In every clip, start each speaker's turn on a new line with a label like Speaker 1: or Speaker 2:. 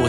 Speaker 1: 我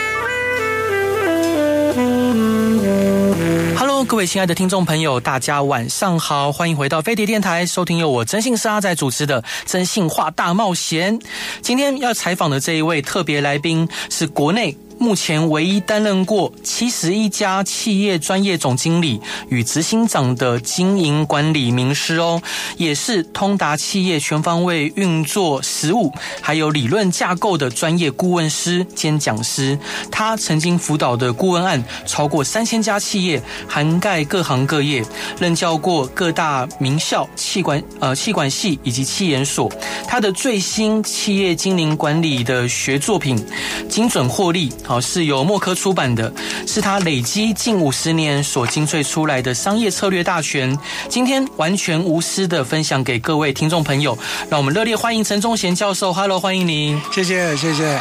Speaker 1: Hello，各位亲爱的听众朋友，大家晚上好，欢迎回到飞碟电台，收听由我真心是阿仔主持的《真性话大冒险》。今天要采访的这一位特别来宾是国内。目前唯一担任过七十一家企业专业总经理与执行长的经营管理名师哦，也是通达企业全方位运作实务还有理论架构的专业顾问师兼讲师。他曾经辅导的顾问案超过三千家企业，涵盖各行各业，任教过各大名校、气管呃气管系以及气研所。他的最新企业经营管理的学作品《精准获利》好、是由默科出版的，是他累积近五十年所精粹出来的商业策略大全。今天完全无私的分享给各位听众朋友，让我们热烈欢迎陈忠贤教授。Hello，欢迎您。
Speaker 2: 谢谢谢谢。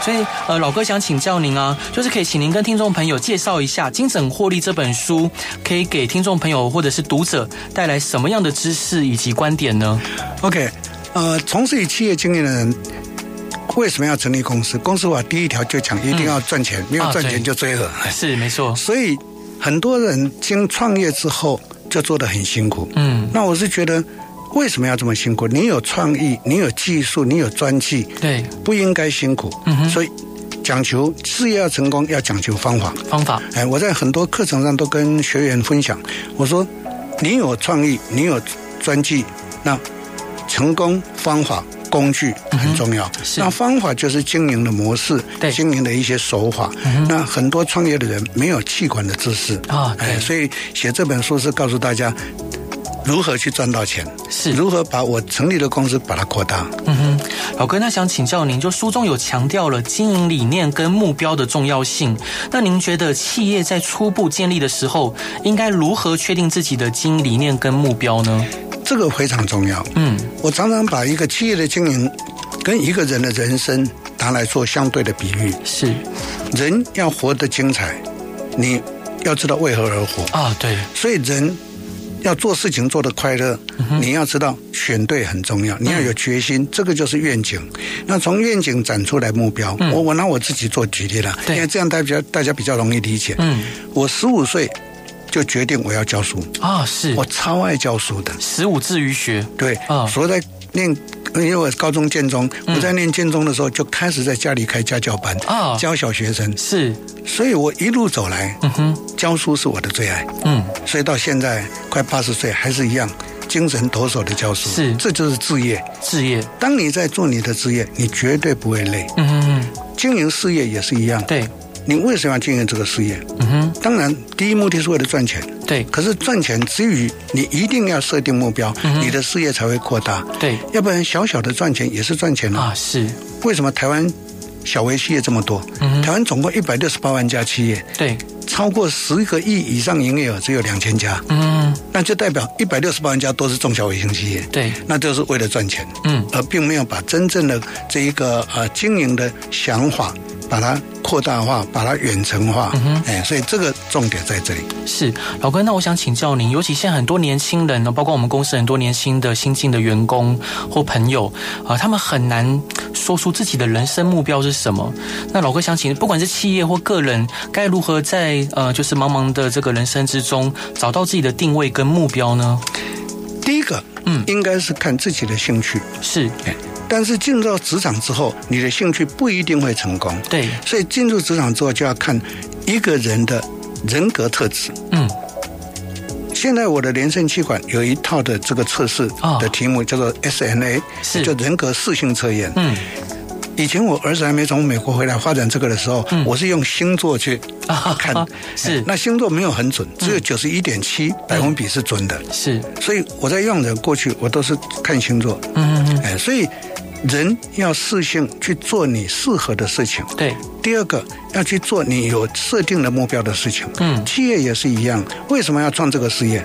Speaker 1: 所以，呃，老哥想请教您啊，就是可以请您跟听众朋友介绍一下《精准获利》这本书，可以给听众朋友或者是读者带来什么样的知识以及观点呢？
Speaker 2: OK，呃，从事于企业经营的人为什么要成立公司？公司法第一条就讲一
Speaker 1: 嗯
Speaker 2: 定要赚钱，没
Speaker 1: 啊
Speaker 2: 有赚钱就追了。
Speaker 1: 是，没错，
Speaker 2: 所以很多人经创业之后就做得很辛苦。
Speaker 1: 嗯，
Speaker 2: 那我是觉得为什么要这么辛苦？你有创意，你有技术，你有专技，
Speaker 1: 对，
Speaker 2: 不应该辛苦。
Speaker 1: 嗯哼
Speaker 2: 所以讲求事业要成功，要讲究方法。
Speaker 1: 方法，
Speaker 2: 哎，我在很多课程上都跟学员分享，我说你有创意，你有专技，那成功方法。工具很重要，
Speaker 1: 嗯是
Speaker 2: 那方法就是经营的模式
Speaker 1: 对，嗯
Speaker 2: 经营的一些手法。那很多创业的人没有气管的知识
Speaker 1: 啊对
Speaker 2: 哎，所以写这本书是告诉大家如何去赚到钱，
Speaker 1: 是
Speaker 2: 如何把我成立的公司把它扩大。
Speaker 1: 嗯哼，老哥，那想请教您，就书中有强调了经营理念跟目标的重要性，那您觉得企业在初步建立的时候，应该如何确定自己的经营理念跟目标呢？
Speaker 2: 这个非常重要。
Speaker 1: 嗯，
Speaker 2: 我常常把一个企业的经营跟一个人的人生拿来做相对的比喻。
Speaker 1: 是
Speaker 2: 人要活得精彩，你要知道为何而活。
Speaker 1: 啊，对，
Speaker 2: 所以人要做事情做得快乐，
Speaker 1: 嗯
Speaker 2: 你要知道选对很重要，你要有决心，这个就是愿景。那从愿景展出来目标，我我拿我自己做举例了，
Speaker 1: 嗯对
Speaker 2: 因为这样大家比较大家比较容易理解。
Speaker 1: 嗯，
Speaker 2: 我十五岁就决定我要教书，
Speaker 1: 啊，是
Speaker 2: 我超爱教书的。
Speaker 1: 十五至于学，
Speaker 2: 对，
Speaker 1: 嗯
Speaker 2: 所以在念，因为我高中建中，我在念建中的时候就开始在家里开家教班，
Speaker 1: 啊
Speaker 2: 教小学生，
Speaker 1: 是，
Speaker 2: 所以我一路走来，
Speaker 1: 嗯哼，
Speaker 2: 教书是我的最爱，
Speaker 1: 嗯，
Speaker 2: 所以到现在快八十岁还是一样，精神抖擞的教书，
Speaker 1: 是
Speaker 2: 这就是置业。
Speaker 1: 置业，
Speaker 2: 当你在做你的职业，你绝对不会累。
Speaker 1: 嗯哼嗯，
Speaker 2: 经营事业也是一样，
Speaker 1: 对，
Speaker 2: 你为什么要经营这个事业？
Speaker 1: 嗯哼，
Speaker 2: 当然，第一目的是为了赚钱，
Speaker 1: 对
Speaker 2: 可是赚钱之余，你一定要设定目标，
Speaker 1: 嗯
Speaker 2: 你的事业才会扩大。
Speaker 1: 对
Speaker 2: 要不然小小的赚钱也是赚钱啊。
Speaker 1: 啊，是，
Speaker 2: 为什么台湾小微企业这么多？台湾总共一百六十八万家企业，
Speaker 1: 对，
Speaker 2: 超过十个亿以上营业额只有两千家，
Speaker 1: 嗯，
Speaker 2: 那就代表一百六十八万家都是中小微型企业。
Speaker 1: 对，
Speaker 2: 那就是为了赚钱，
Speaker 1: 嗯，
Speaker 2: 而并没有把真正的这一个呃经营的想法把它扩大化，把它远程化，嗯、哎，所以这个重点在这里。
Speaker 1: 是老哥，那我想请教您，尤其现在很多年轻人呢，包括我们公司很多年轻的新进的员工或朋友啊、他们很难说出自己的人生目标是什么。那老哥想请，不管是企业或个人，该如何在呃，就是茫茫的这个人生之中找到自己的定位跟目标呢？
Speaker 2: 第一个，
Speaker 1: 嗯
Speaker 2: 应该是看自己的兴趣，
Speaker 1: 是
Speaker 2: 哎，但是进入到职场之后，你的兴趣不一定会成功，
Speaker 1: 对，
Speaker 2: 所以进入职场之后就要看一个人的人格特质。
Speaker 1: 嗯，
Speaker 2: 现在我的连胜气管有一套的这个测试
Speaker 1: 哦
Speaker 2: 的题目叫做 SNA，
Speaker 1: 是
Speaker 2: 就人格适性测验。
Speaker 1: 嗯，
Speaker 2: 以前我儿子还没从美国回来发展这个的时候，我是用星 座去看，
Speaker 1: 嗯
Speaker 2: 哎
Speaker 1: 是嗯
Speaker 2: 那星座没有很准，只有九十一点七百分比是准的，
Speaker 1: 是，
Speaker 2: 所以我在用人过去我都是看星座，
Speaker 1: 嗯嗯，嗯
Speaker 2: 哎，所以人要适性去做你适合的事情。
Speaker 1: 对，
Speaker 2: 第二个要去做你有设定的目标的事情。
Speaker 1: 嗯
Speaker 2: 企业也是一样，为什么
Speaker 1: 嗯
Speaker 2: 要创这个事业？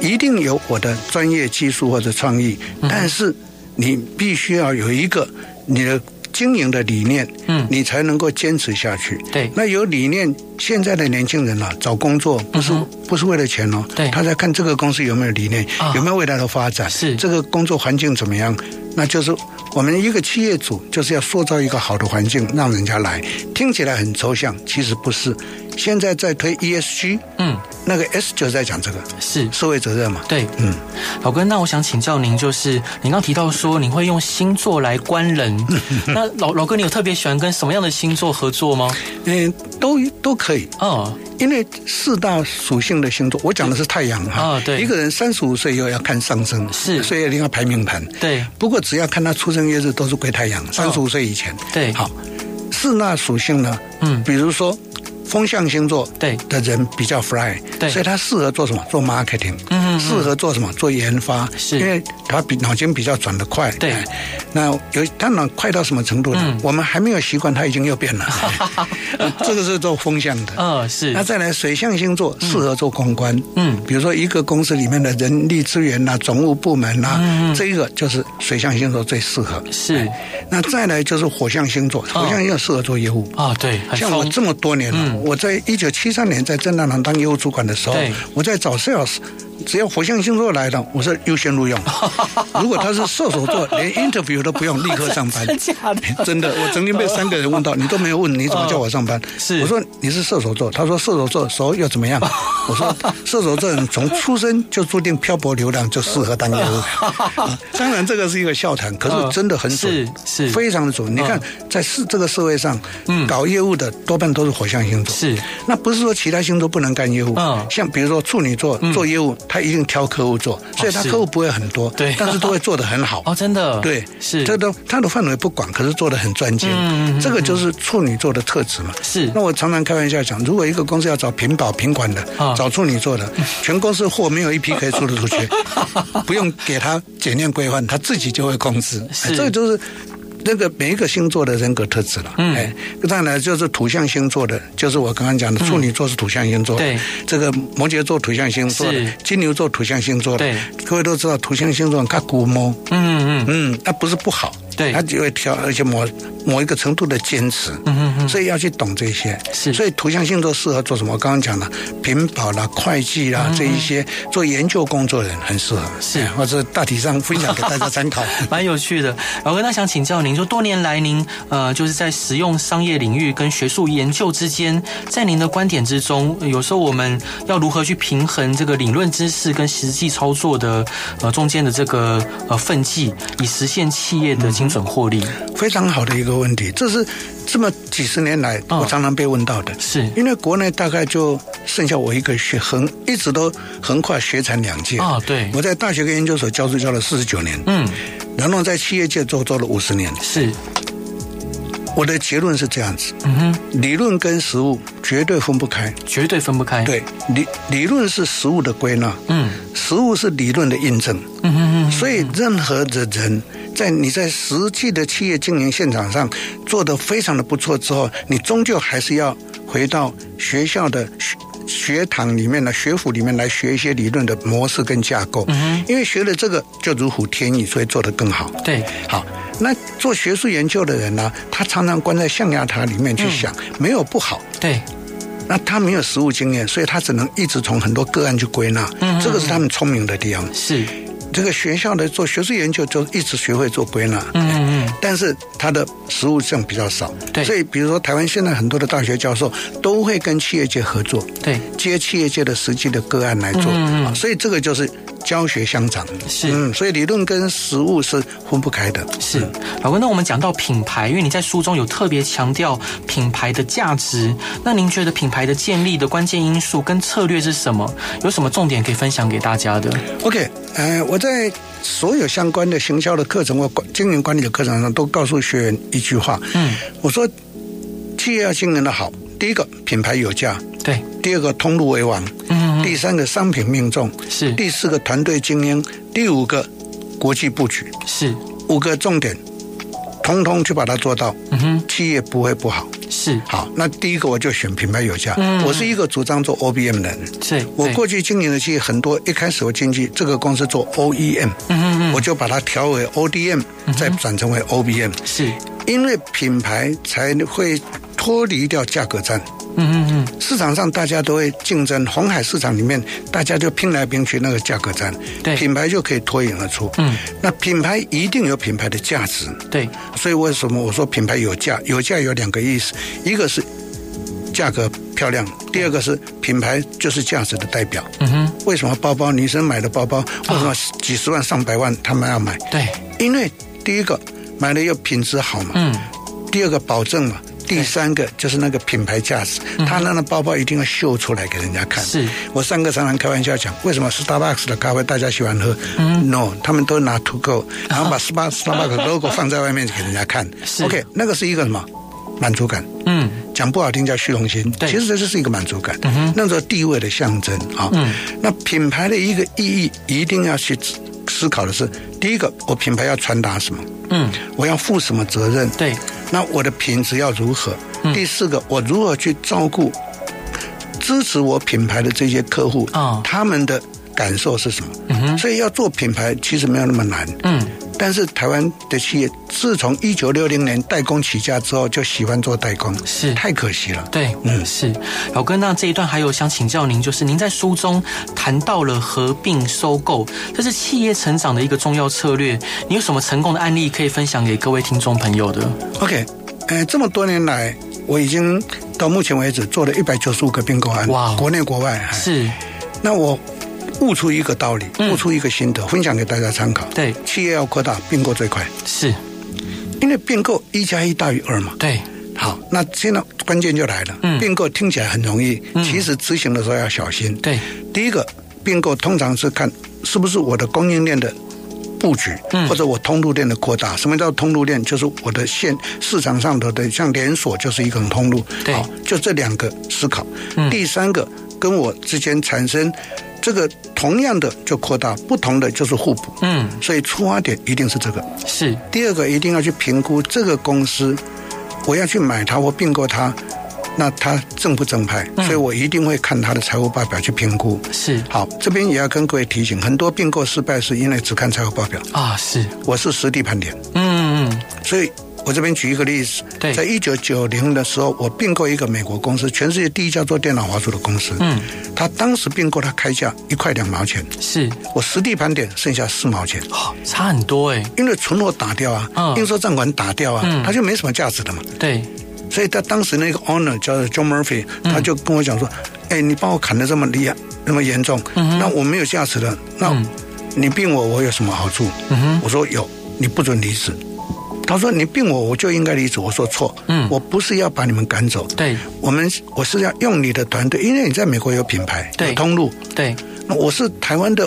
Speaker 2: 一定有我的专业技术或者创意，但是你必须要有一个你的经营的理念，
Speaker 1: 嗯
Speaker 2: 你才能够坚持下去。
Speaker 1: 对
Speaker 2: 那有理念，现在的年轻人啊，找工作不是、
Speaker 1: 嗯
Speaker 2: 不是为了钱哦，
Speaker 1: 对
Speaker 2: 他在看这个公司有没有理念，
Speaker 1: 啊
Speaker 2: 有没有未来的发展，
Speaker 1: 是
Speaker 2: 这个工作环境怎么样？那就是我们一个企业主就是要塑造一个好的环境，让人家来。听起来很抽象，其实不是。现在在推 ESG，
Speaker 1: 嗯，
Speaker 2: 那个 S 就是在讲这个
Speaker 1: 是。
Speaker 2: 社会责任嘛。
Speaker 1: 对，
Speaker 2: 嗯，
Speaker 1: 老哥，那我想请教您，就是您刚提到说您会用星座来观人， 那老老哥，你有特别喜欢跟什么样的星座合作吗？
Speaker 2: 嗯，都都可以，
Speaker 1: 哦，
Speaker 2: 因为四大属性的星座，我讲的是太阳哈。
Speaker 1: 啊对
Speaker 2: 一个人三十五岁以后要看上升，
Speaker 1: 是
Speaker 2: 所以一定要排命盘。
Speaker 1: 对，哦
Speaker 2: 不过只要看他出生月日都是归太阳，三十五岁以前。
Speaker 1: 对
Speaker 2: 好，四大属性呢，
Speaker 1: 嗯，
Speaker 2: 比如说风象星座
Speaker 1: 对
Speaker 2: 的人比较 fly，
Speaker 1: 对
Speaker 2: 所以他适合做什么？做 marketing，
Speaker 1: 嗯嗯嗯
Speaker 2: 适合做什么？做研发，
Speaker 1: 是
Speaker 2: 因为他比脑筋比较转得快，
Speaker 1: 对
Speaker 2: 哎。那有他脑快到什么程度呢？
Speaker 1: 嗯
Speaker 2: 我们还没有习惯，他已经又变 了。 哎这个是做风象的。
Speaker 1: 嗯、是
Speaker 2: 那，再来，水象星座适合做公关，
Speaker 1: 嗯，
Speaker 2: 比如说一个公司里面的人力资源呐、总务部门呐、
Speaker 1: 嗯嗯
Speaker 2: 这一个就是水象星座最适合。哎
Speaker 1: 是哦
Speaker 2: 那再来就是火象星座，火象星座适合做业务。
Speaker 1: 啊，对，很
Speaker 2: 像我
Speaker 1: 疯，
Speaker 2: 这么多年了，
Speaker 1: 嗯
Speaker 2: 我在一九七三年在正大堂当业务主管的时候
Speaker 1: 对，
Speaker 2: 我在找 sales，只要火象星座来了，我是优先 录用。如果他是射手座，连 interview 都不用，立刻上 班。
Speaker 1: 真假的？ 哦
Speaker 2: 真的，我曾经被三个人问到，你都没有问，你怎么叫我上班？
Speaker 1: 是
Speaker 2: 我说你是射手座，他说射手座手又怎么 样？我说射手座人从出生就注定漂泊流浪，就适合当 业务。啊当然，这个是一个笑谈，可
Speaker 1: 嗯
Speaker 2: 是真的很准，
Speaker 1: 是是
Speaker 2: 非常的准。你看，在世这个社会上，搞业务的多半都是火象星座，
Speaker 1: 嗯是
Speaker 2: 那不是说其他星座不能干业务
Speaker 1: 嗯，
Speaker 2: 像比如说处女座做业务，他一定挑客户做，所以他
Speaker 1: 哦是
Speaker 2: 客户不会很多，
Speaker 1: 对
Speaker 2: 但是都会做得很好。
Speaker 1: 哦，真的，
Speaker 2: 对，
Speaker 1: 是，
Speaker 2: 这都他的范围不广，可是做的很专精，
Speaker 1: 嗯嗯嗯
Speaker 2: 这个就是处女座的特质嘛。
Speaker 1: 是
Speaker 2: 那我常常开玩笑讲，如果一个公司要找平保、平管的，
Speaker 1: 啊
Speaker 2: 找处女座的，全公司货没有一批可以出 得出去，不用给他检验规范，他自己就会控制。
Speaker 1: 是
Speaker 2: 哎这个就是。那个每一个星座的人格特质了，
Speaker 1: 嗯
Speaker 2: 哎，当然就是土象星座的，就是我刚刚讲的处女座是土象星座，
Speaker 1: 嗯对，
Speaker 2: 这个摩羯座土象星座的
Speaker 1: 是，
Speaker 2: 金牛座土象星座的，
Speaker 1: 对，
Speaker 2: 各位都知道土象星座它古摸，
Speaker 1: 嗯嗯嗯，
Speaker 2: 嗯，那不是不好，
Speaker 1: 对
Speaker 2: 他就会挑，而且某某一个程度的坚持，嗯
Speaker 1: 嗯嗯
Speaker 2: 所以要去懂这些，
Speaker 1: 是
Speaker 2: 所以图像星座适合做什么？我刚刚讲了，屏保啦、会计啦、这一些做研究工作的人很适合，
Speaker 1: 嗯是
Speaker 2: 哎或者大体上分享给大 家参考。
Speaker 1: 蛮有趣的，老哥，那想请教您，就多年来您呃，就是在实用商业领域跟学术研究之间，在您的观点之中，呃有时候我们要如何去平衡这个理论知识跟实际操作的呃中间的这个呃分际，以实现企业的精准获利？
Speaker 2: 非常好的一个问题，这是这么几十年来
Speaker 1: 嗯
Speaker 2: 我常常被问到的。
Speaker 1: 是
Speaker 2: 因为国内大概就剩下我一个学横，一直都横跨学产两界
Speaker 1: 啊对
Speaker 2: 嗯我在大学跟研究所教书教了四十九年，
Speaker 1: 嗯，
Speaker 2: 然后在企业界做做了五十年。
Speaker 1: 是，
Speaker 2: 我的结论是这样子：
Speaker 1: 嗯哼，
Speaker 2: 理论跟实务绝对分不开。
Speaker 1: 绝对分不开。，
Speaker 2: 对，理理论是实务的归纳，
Speaker 1: 嗯
Speaker 2: 实务是理论的印证。
Speaker 1: 嗯嗯嗯，
Speaker 2: 所以，任何的人在你在实际的企业经营现场上做得非常的不错之后，你终究还是要回到学校的学学堂里面呢，学府里面来学一些理论的模式跟架构。
Speaker 1: 嗯
Speaker 2: 因为学了这个就如虎添翼，所以做得更好。
Speaker 1: 对，
Speaker 2: 好，那做学术研究的人呢，他常常关在象牙塔里面去想，
Speaker 1: 嗯
Speaker 2: 没有不好，
Speaker 1: 对，
Speaker 2: 那他没有实务经验，所以他只能一直从很多个案去归纳，
Speaker 1: 嗯
Speaker 2: 这个是他们聪明的地方。
Speaker 1: 是，
Speaker 2: 这个学校的做学术研究就一直学会做归纳，
Speaker 1: 嗯嗯嗯，
Speaker 2: 但是他的实务上比较少，
Speaker 1: 对
Speaker 2: 所以比如说台湾现在很多的大学教授都会跟企业界合作，
Speaker 1: 对，
Speaker 2: 接企业界的实际的个案来做，
Speaker 1: 嗯嗯嗯
Speaker 2: 啊所以这个就是教学相长，
Speaker 1: 是
Speaker 2: 嗯，所以理论跟实务是分不开的，
Speaker 1: 是老哥，那我们讲到品牌，因为你在书中有特别强调品牌的价值，那您觉得品牌的建立的关键因素跟策略是什么？有什么重点可以分享给大家的？
Speaker 2: OK，呃，我在所有相关的行销的课程或管经营管理的课程上，都告诉学员一句话，
Speaker 1: 嗯，
Speaker 2: 我说，企业要经营的好，第一个品牌有价，
Speaker 1: 对，
Speaker 2: 第二个通路为王，
Speaker 1: 嗯，
Speaker 2: 第三个商品命中，
Speaker 1: 是
Speaker 2: 第四个团队精英，第五个国际布局，
Speaker 1: 是，
Speaker 2: 五个重点，通通去把它做到，
Speaker 1: 嗯哼，
Speaker 2: 企业不会不好。
Speaker 1: 是
Speaker 2: 好，那第一个我就选品牌有价。
Speaker 1: 嗯
Speaker 2: 我是一个主张做 OBM 的人，
Speaker 1: 对，
Speaker 2: 我
Speaker 1: 对
Speaker 2: 过去经营的企业很多，一开始我进去这个公司做 OEM，
Speaker 1: 嗯嗯
Speaker 2: 我就把它调为 ODM，再转成为 OBM，
Speaker 1: 嗯，是，
Speaker 2: 因为品牌才会脱离掉价格战。
Speaker 1: 嗯嗯嗯，
Speaker 2: 市场上大家都会竞争，红海市场里面大家就拼来拼去那个价格战，
Speaker 1: 对
Speaker 2: 品牌就可以脱颖而出。
Speaker 1: 嗯，
Speaker 2: 那品牌一定有品牌的价值，
Speaker 1: 对，
Speaker 2: 所以为什么我说品牌有价？有价有两个意思，一个是价格漂亮，第二个是品牌就是价值的代表。
Speaker 1: 嗯哼，
Speaker 2: 为什么包包女生买的包包，为什么几十万上百万他们要买？
Speaker 1: 对，
Speaker 2: 因为第一个买了又品质好嘛，
Speaker 1: 嗯，
Speaker 2: 第二个保证嘛，第三个就是那个品牌价值，他那个包包一定要秀出来给人家看。
Speaker 1: 嗯是
Speaker 2: 我上课常常开玩笑讲，为什么 Starbucks 的咖啡大家喜欢喝、n
Speaker 1: 嗯
Speaker 2: o 他们都拿 To
Speaker 1: 啊
Speaker 2: Go，然后把 Star Starbucks logo 放在外面给人家看
Speaker 1: 是。
Speaker 2: OK，那个是一个什么满足感？
Speaker 1: 嗯，
Speaker 2: 讲不好听叫虚荣心，
Speaker 1: 对
Speaker 2: 其实这就是一个满足感，那种地位的象征啊。
Speaker 1: 嗯
Speaker 2: 那品牌的一个意义，一定要去思思考的是，第一个，我品牌要传达什么，
Speaker 1: 嗯，
Speaker 2: 我要负什么责任，
Speaker 1: 对，嗯
Speaker 2: 那我的品质要如何？第四个，我如何去照顾支持我品牌的这些客户，
Speaker 1: 哦
Speaker 2: 他们的感受是什么？所以要做品牌其实没有那么难。
Speaker 1: 嗯，
Speaker 2: 但是台湾的企业自从一九六零年代工起家之后，就喜欢做代工，
Speaker 1: 是
Speaker 2: 太可惜了。
Speaker 1: 对，嗯，
Speaker 2: 嗯
Speaker 1: 是。老哥，那这一段还有想请教您，就是您在书中谈到了合并收购，这是企业成长的一个重要策略。你有什么成功的案例可以分享给各位听众朋友的？
Speaker 2: OK，呃，这么多年来，我已经到目前为止做了一百九十五个并购案，
Speaker 1: 哇哦
Speaker 2: 国内国外。哎
Speaker 1: 是，嗯
Speaker 2: 那我悟出一个道理，悟出一个心得，分享给大家参考。
Speaker 1: 对，
Speaker 2: 企业要扩大，并购最快，
Speaker 1: 是，
Speaker 2: 因为并购一加一大于二嘛。
Speaker 1: 对，
Speaker 2: 好，那现在关键就来了，
Speaker 1: 嗯
Speaker 2: 并购听起来很容易，
Speaker 1: 嗯
Speaker 2: 其实执行的时候要小心。
Speaker 1: 对，
Speaker 2: 第一个并购通常是看是不是我的供应链的布局，
Speaker 1: 嗯
Speaker 2: 或者我通路链的扩大。什么叫通路链？就是我的线市场上头的，像连锁就是一个通路。
Speaker 1: 对
Speaker 2: 好，就这两个思考。
Speaker 1: 嗯
Speaker 2: 第三个跟我之间产生这个同样的就扩大，不同的就是互补。
Speaker 1: 嗯，
Speaker 2: 所以出发点一定是这个。
Speaker 1: 是，
Speaker 2: 第二个一定要去评估这个公司，我要去买它或并购它，那它正不正派？
Speaker 1: 嗯
Speaker 2: 所以我一定会看它的财务报表去评估。
Speaker 1: 是，
Speaker 2: 好，这边也要跟各位提醒，很多并购失败是因为只看财务报表。
Speaker 1: 啊，是，
Speaker 2: 我是实地盘点，
Speaker 1: 嗯嗯，
Speaker 2: 所以我这边举一个例子
Speaker 1: 对，
Speaker 2: 在一九九零的时候，我并购一个美国公司，全世界第一家做电脑滑鼠的公司。
Speaker 1: 嗯，
Speaker 2: 他当时并购，他开价一块两毛钱，
Speaker 1: 是，
Speaker 2: 我实地盘点剩下四毛钱。
Speaker 1: 哦，差很多哎，
Speaker 2: 因为存货打掉啊，
Speaker 1: 嗯
Speaker 2: 应收账款打掉啊，
Speaker 1: 嗯
Speaker 2: 它就没什么价值了嘛。
Speaker 1: 对，
Speaker 2: 所以他当时那个 owner 叫 John Murphy，他
Speaker 1: 嗯
Speaker 2: 就跟我讲说：“哎，你把我砍得这么厉害，那么严重，那我没有价值了，那
Speaker 1: 嗯
Speaker 2: 你并我，我有什么好处？”我说：“有，你不准离职。”他说：“你并我，我就应该离职。”我说：“错，
Speaker 1: 嗯
Speaker 2: 我不是要把你们赶走，
Speaker 1: 对，
Speaker 2: 我们我是要用你的团队，因为你在美国有品牌，
Speaker 1: 对
Speaker 2: 有通路，
Speaker 1: 对，
Speaker 2: 那我是台湾的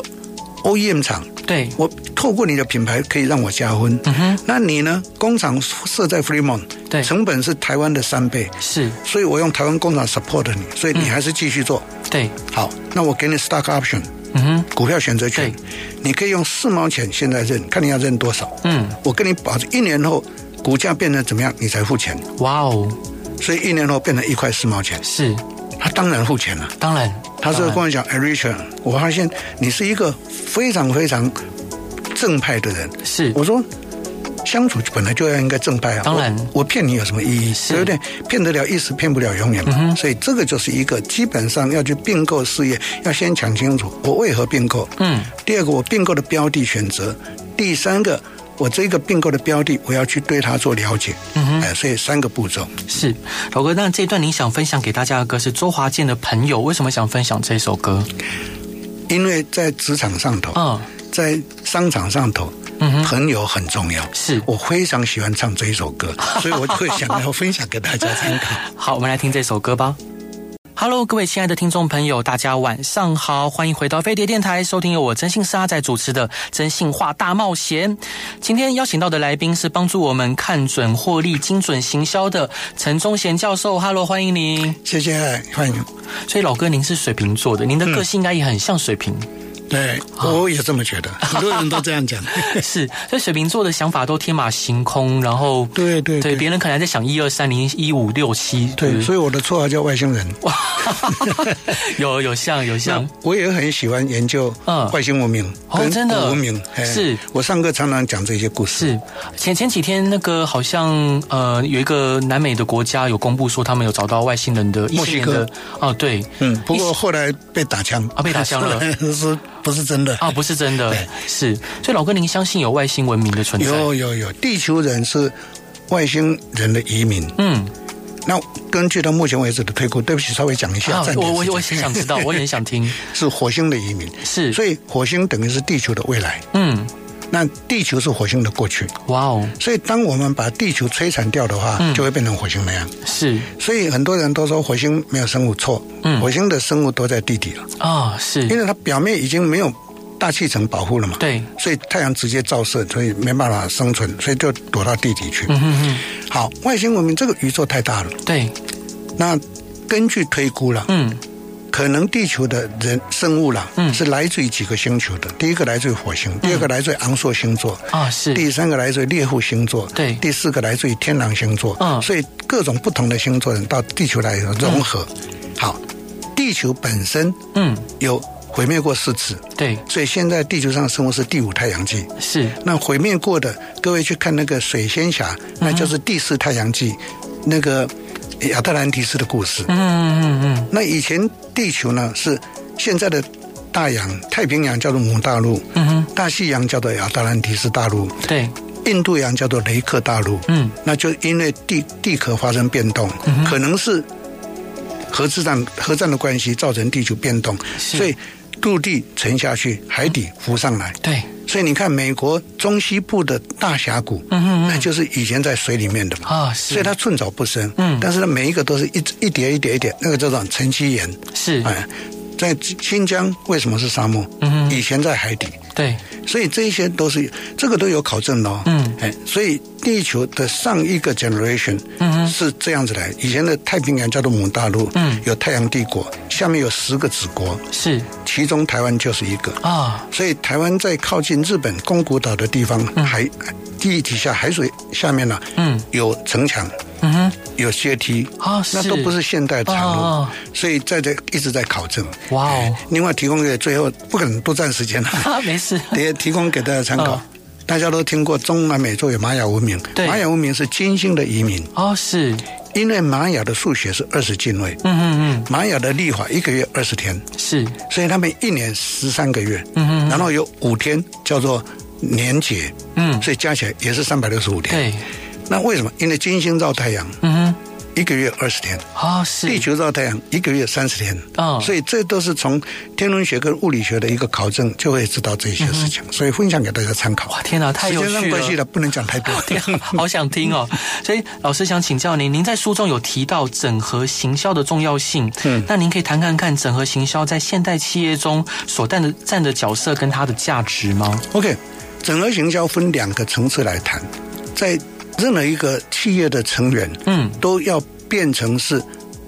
Speaker 2: OEM 厂，
Speaker 1: 对，
Speaker 2: 我透过你的品牌可以让我加分。
Speaker 1: 嗯哼，
Speaker 2: 那你呢？工厂设在 Fremont，
Speaker 1: 对
Speaker 2: 成本是台湾的三倍，
Speaker 1: 是，
Speaker 2: 所以我用台湾工厂 support 你，所以你还是继续做。
Speaker 1: 对，
Speaker 2: 好，那我给你 stock option
Speaker 1: 嗯哼，
Speaker 2: 股票选择权
Speaker 1: 对，
Speaker 2: 你可以用四毛钱现在认，看你要认多少。
Speaker 1: 嗯，
Speaker 2: 我跟你保证，一年后股价变成怎么样，你才付钱。
Speaker 1: 哇哦，
Speaker 2: 所以一年后变成一块四毛钱，
Speaker 1: 是，
Speaker 2: 他当然付钱了。
Speaker 1: 当然，
Speaker 2: 他是
Speaker 1: 当
Speaker 2: 跟
Speaker 1: 然
Speaker 2: 我讲 r i c h a r 我发现你是一个非常非常正派的人。
Speaker 1: 是
Speaker 2: 我说相处本来就要应该正派啊，
Speaker 1: 当然
Speaker 2: 我，我骗你有什么意义？
Speaker 1: 是嗯
Speaker 2: 对不对？骗得了一时，骗不了永远嘛。所以这个就是一个基本上要去并购事业，要先讲清楚我为何并购。
Speaker 1: 嗯，
Speaker 2: 第二个我并购的标的选择，第三个。我这个并购的标的，我要去对它做了解，嗯哎、所以三个步骤。
Speaker 1: 是老哥，那这一段您想分享给大家的歌是周华健的《朋友》，为什么想分享这首歌？
Speaker 2: 因为在职场上头，
Speaker 1: 嗯，
Speaker 2: 在商场上头，朋友很重要。
Speaker 1: 是
Speaker 2: 我非常喜欢唱这一首歌，所以我就会想要分享给大家参考。
Speaker 1: 好，我们来听这首歌吧。Hello，各位亲爱的听众朋友，大家晚上好，欢迎回到飞碟电台，收听由我真心是阿仔主持的《真性话大冒险》。今天邀请到的来宾是帮助我们看准获利、精准行销的陈忠贤教授。Hello，欢迎您。
Speaker 2: 谢谢，欢迎。嗯
Speaker 1: 所以老哥，您是水瓶座的，您的个性应该也很像水瓶。
Speaker 2: 对，
Speaker 1: 啊
Speaker 2: 我也这 么觉得，很多人都这样讲。
Speaker 1: 是，所以水瓶座的想法都天马行空，然后
Speaker 2: 对对
Speaker 1: 对，别人可能还在想一二三零一五六七，
Speaker 2: 对，所以 我的绰号叫外星人。
Speaker 1: 哇， 有有像有像，
Speaker 2: 我也很喜欢研究
Speaker 1: 嗯
Speaker 2: 外星文明
Speaker 1: 哦
Speaker 2: 跟
Speaker 1: 真的
Speaker 2: 古文明。哎
Speaker 1: 是
Speaker 2: 我上课常常讲这些故事。
Speaker 1: 是前前几天那个好像呃有一个南美的国家有公布说他们有找到外星人的
Speaker 2: 墨西哥
Speaker 1: 异星人的哦对
Speaker 2: 嗯，不
Speaker 1: 一
Speaker 2: 过后来被打枪
Speaker 1: 啊被打枪了，
Speaker 2: 是不是真的？
Speaker 1: 啊不是真的
Speaker 2: 对
Speaker 1: 是，所以老哥您相信有外星文明的存在？
Speaker 2: 有有有，地球人是外星人的移民。
Speaker 1: 嗯，
Speaker 2: 那根据到目前为止的推估，对不起，稍微讲一下，
Speaker 1: 啊
Speaker 2: 暂，
Speaker 1: 我
Speaker 2: 停
Speaker 1: 我
Speaker 2: 时
Speaker 1: 我
Speaker 2: 间
Speaker 1: 很想知道，我也很想听，
Speaker 2: 是火星的移民，
Speaker 1: 是，
Speaker 2: 所以火星等于是地球的未来，
Speaker 1: 嗯，
Speaker 2: 那地球是火星的过去。
Speaker 1: 哇哦，
Speaker 2: 所以，当我们把地球摧残掉的话，
Speaker 1: 嗯
Speaker 2: 就会变成火星那样。
Speaker 1: 是
Speaker 2: 所以，很多人都说火星没有生物错，
Speaker 1: 嗯
Speaker 2: 火星的生物都在地底了，
Speaker 1: 啊、是
Speaker 2: 因，为它表面已经没有大气层保护了嘛。
Speaker 1: 对，
Speaker 2: 所以太阳直接照射，所以没办法生存，所以就躲到地底去。
Speaker 1: 嗯哼哼，
Speaker 2: 好，外星文明这个宇宙太大了，
Speaker 1: 对，
Speaker 2: 那根据推估了，
Speaker 1: 嗯，
Speaker 2: 可能地球的人生物啦，
Speaker 1: 嗯
Speaker 2: 是来自于几个星球的。第一个来自于火星，第二个来自于昂朔星座，
Speaker 1: 啊是，
Speaker 2: 第三个来自于猎户星座，
Speaker 1: 对
Speaker 2: 第四个来自于天狼星座。
Speaker 1: 嗯
Speaker 2: 所以各种不同的星座人到地球来融合。好，地球本身
Speaker 1: 嗯，
Speaker 2: 有毁灭过四次，
Speaker 1: 对，
Speaker 2: 所以现在地球上生物是第五太阳纪。
Speaker 1: 是，
Speaker 2: 那毁灭过的，各位去看那个水仙侠，
Speaker 1: 嗯
Speaker 2: 那就是第四太阳纪，那个亚特兰蒂斯的故事。
Speaker 1: 嗯嗯嗯
Speaker 2: 那以前地球呢是现在的大洋，太平洋叫做母大陆，
Speaker 1: 嗯哼，
Speaker 2: 大西洋叫做亚特兰蒂斯大陆，
Speaker 1: 嗯对，
Speaker 2: 印度洋叫做雷克大陆。
Speaker 1: 嗯，
Speaker 2: 那就因为地地壳发生变动，可能是核子弹核战的关系造成地球变动，
Speaker 1: 是
Speaker 2: 所以陆地沉下去，海底浮上来。
Speaker 1: 对，
Speaker 2: 所以你看，美国中西部的大峡谷，
Speaker 1: 嗯哼嗯
Speaker 2: 那就是以前在水里面的嘛。
Speaker 1: 啊
Speaker 2: 所以
Speaker 1: 是，
Speaker 2: 它寸草不生，
Speaker 1: 嗯
Speaker 2: 但是它每一个都是一一叠一叠一叠，那个叫做沉积岩，
Speaker 1: 是，
Speaker 2: 哎，在新疆为什么是沙漠？
Speaker 1: 嗯哼
Speaker 2: 以前在海底，
Speaker 1: 对，
Speaker 2: 所以这些都是这个都有考证的哦，
Speaker 1: 嗯
Speaker 2: 哎，所以地球的上一个 generation，
Speaker 1: 嗯哼
Speaker 2: 是这样子来，以前的太平洋叫做母大陆，
Speaker 1: 嗯
Speaker 2: 有太阳帝国，下面有十个子国，
Speaker 1: 是
Speaker 2: 其中台湾就是一个，
Speaker 1: 啊，
Speaker 2: 所以台湾在靠近日本宫古岛的地方，海地底下海水下面呢、
Speaker 1: 嗯
Speaker 2: 有城墙，
Speaker 1: 嗯哼，
Speaker 2: 有阶梯
Speaker 1: 啊
Speaker 2: 那
Speaker 1: 是
Speaker 2: 都不是现代产物，
Speaker 1: 哦
Speaker 2: 所以在这一直在考证。
Speaker 1: 哇哦
Speaker 2: 哎另外提供给最后不可能多占 时间了，
Speaker 1: 啊没事，
Speaker 2: 也提供给大家参考。
Speaker 1: 嗯
Speaker 2: 大家都听过中南美洲有玛雅文明，
Speaker 1: 对
Speaker 2: 玛雅文明是金星的移民，
Speaker 1: 哦是，
Speaker 2: 因为玛雅的数学是二十进位，
Speaker 1: 嗯嗯
Speaker 2: 玛雅的历法一个月二十天，
Speaker 1: 嗯是，
Speaker 2: 所以他们一年十三个月，
Speaker 1: 嗯哼
Speaker 2: 然后有五天叫做年节，
Speaker 1: 嗯
Speaker 2: 所以加起来也是三百六十五天。
Speaker 1: 对，
Speaker 2: 那为什么？因为金星绕太阳
Speaker 1: 嗯哼，
Speaker 2: 一个月二十天，
Speaker 1: 啊是，
Speaker 2: 地球绕太阳一个月三十天，
Speaker 1: 嗯
Speaker 2: 所以这都是从天文学跟物理学的一个考证，就会知道这些事
Speaker 1: 嗯
Speaker 2: 情，所以分享给大家参考。
Speaker 1: 啊哇天哪太有趣了
Speaker 2: 时间上关 系了，不能讲太多。
Speaker 1: 好想听 哦！所以老师想请教您，您在书中有提到整合行销的重要性，嗯，那您可以谈看看整合行销在现代企业中所占的占的角色跟它的价值吗？
Speaker 2: OK，整合行销分两个层次来谈，在任何一个企业的成员
Speaker 1: 嗯，
Speaker 2: 都要变成是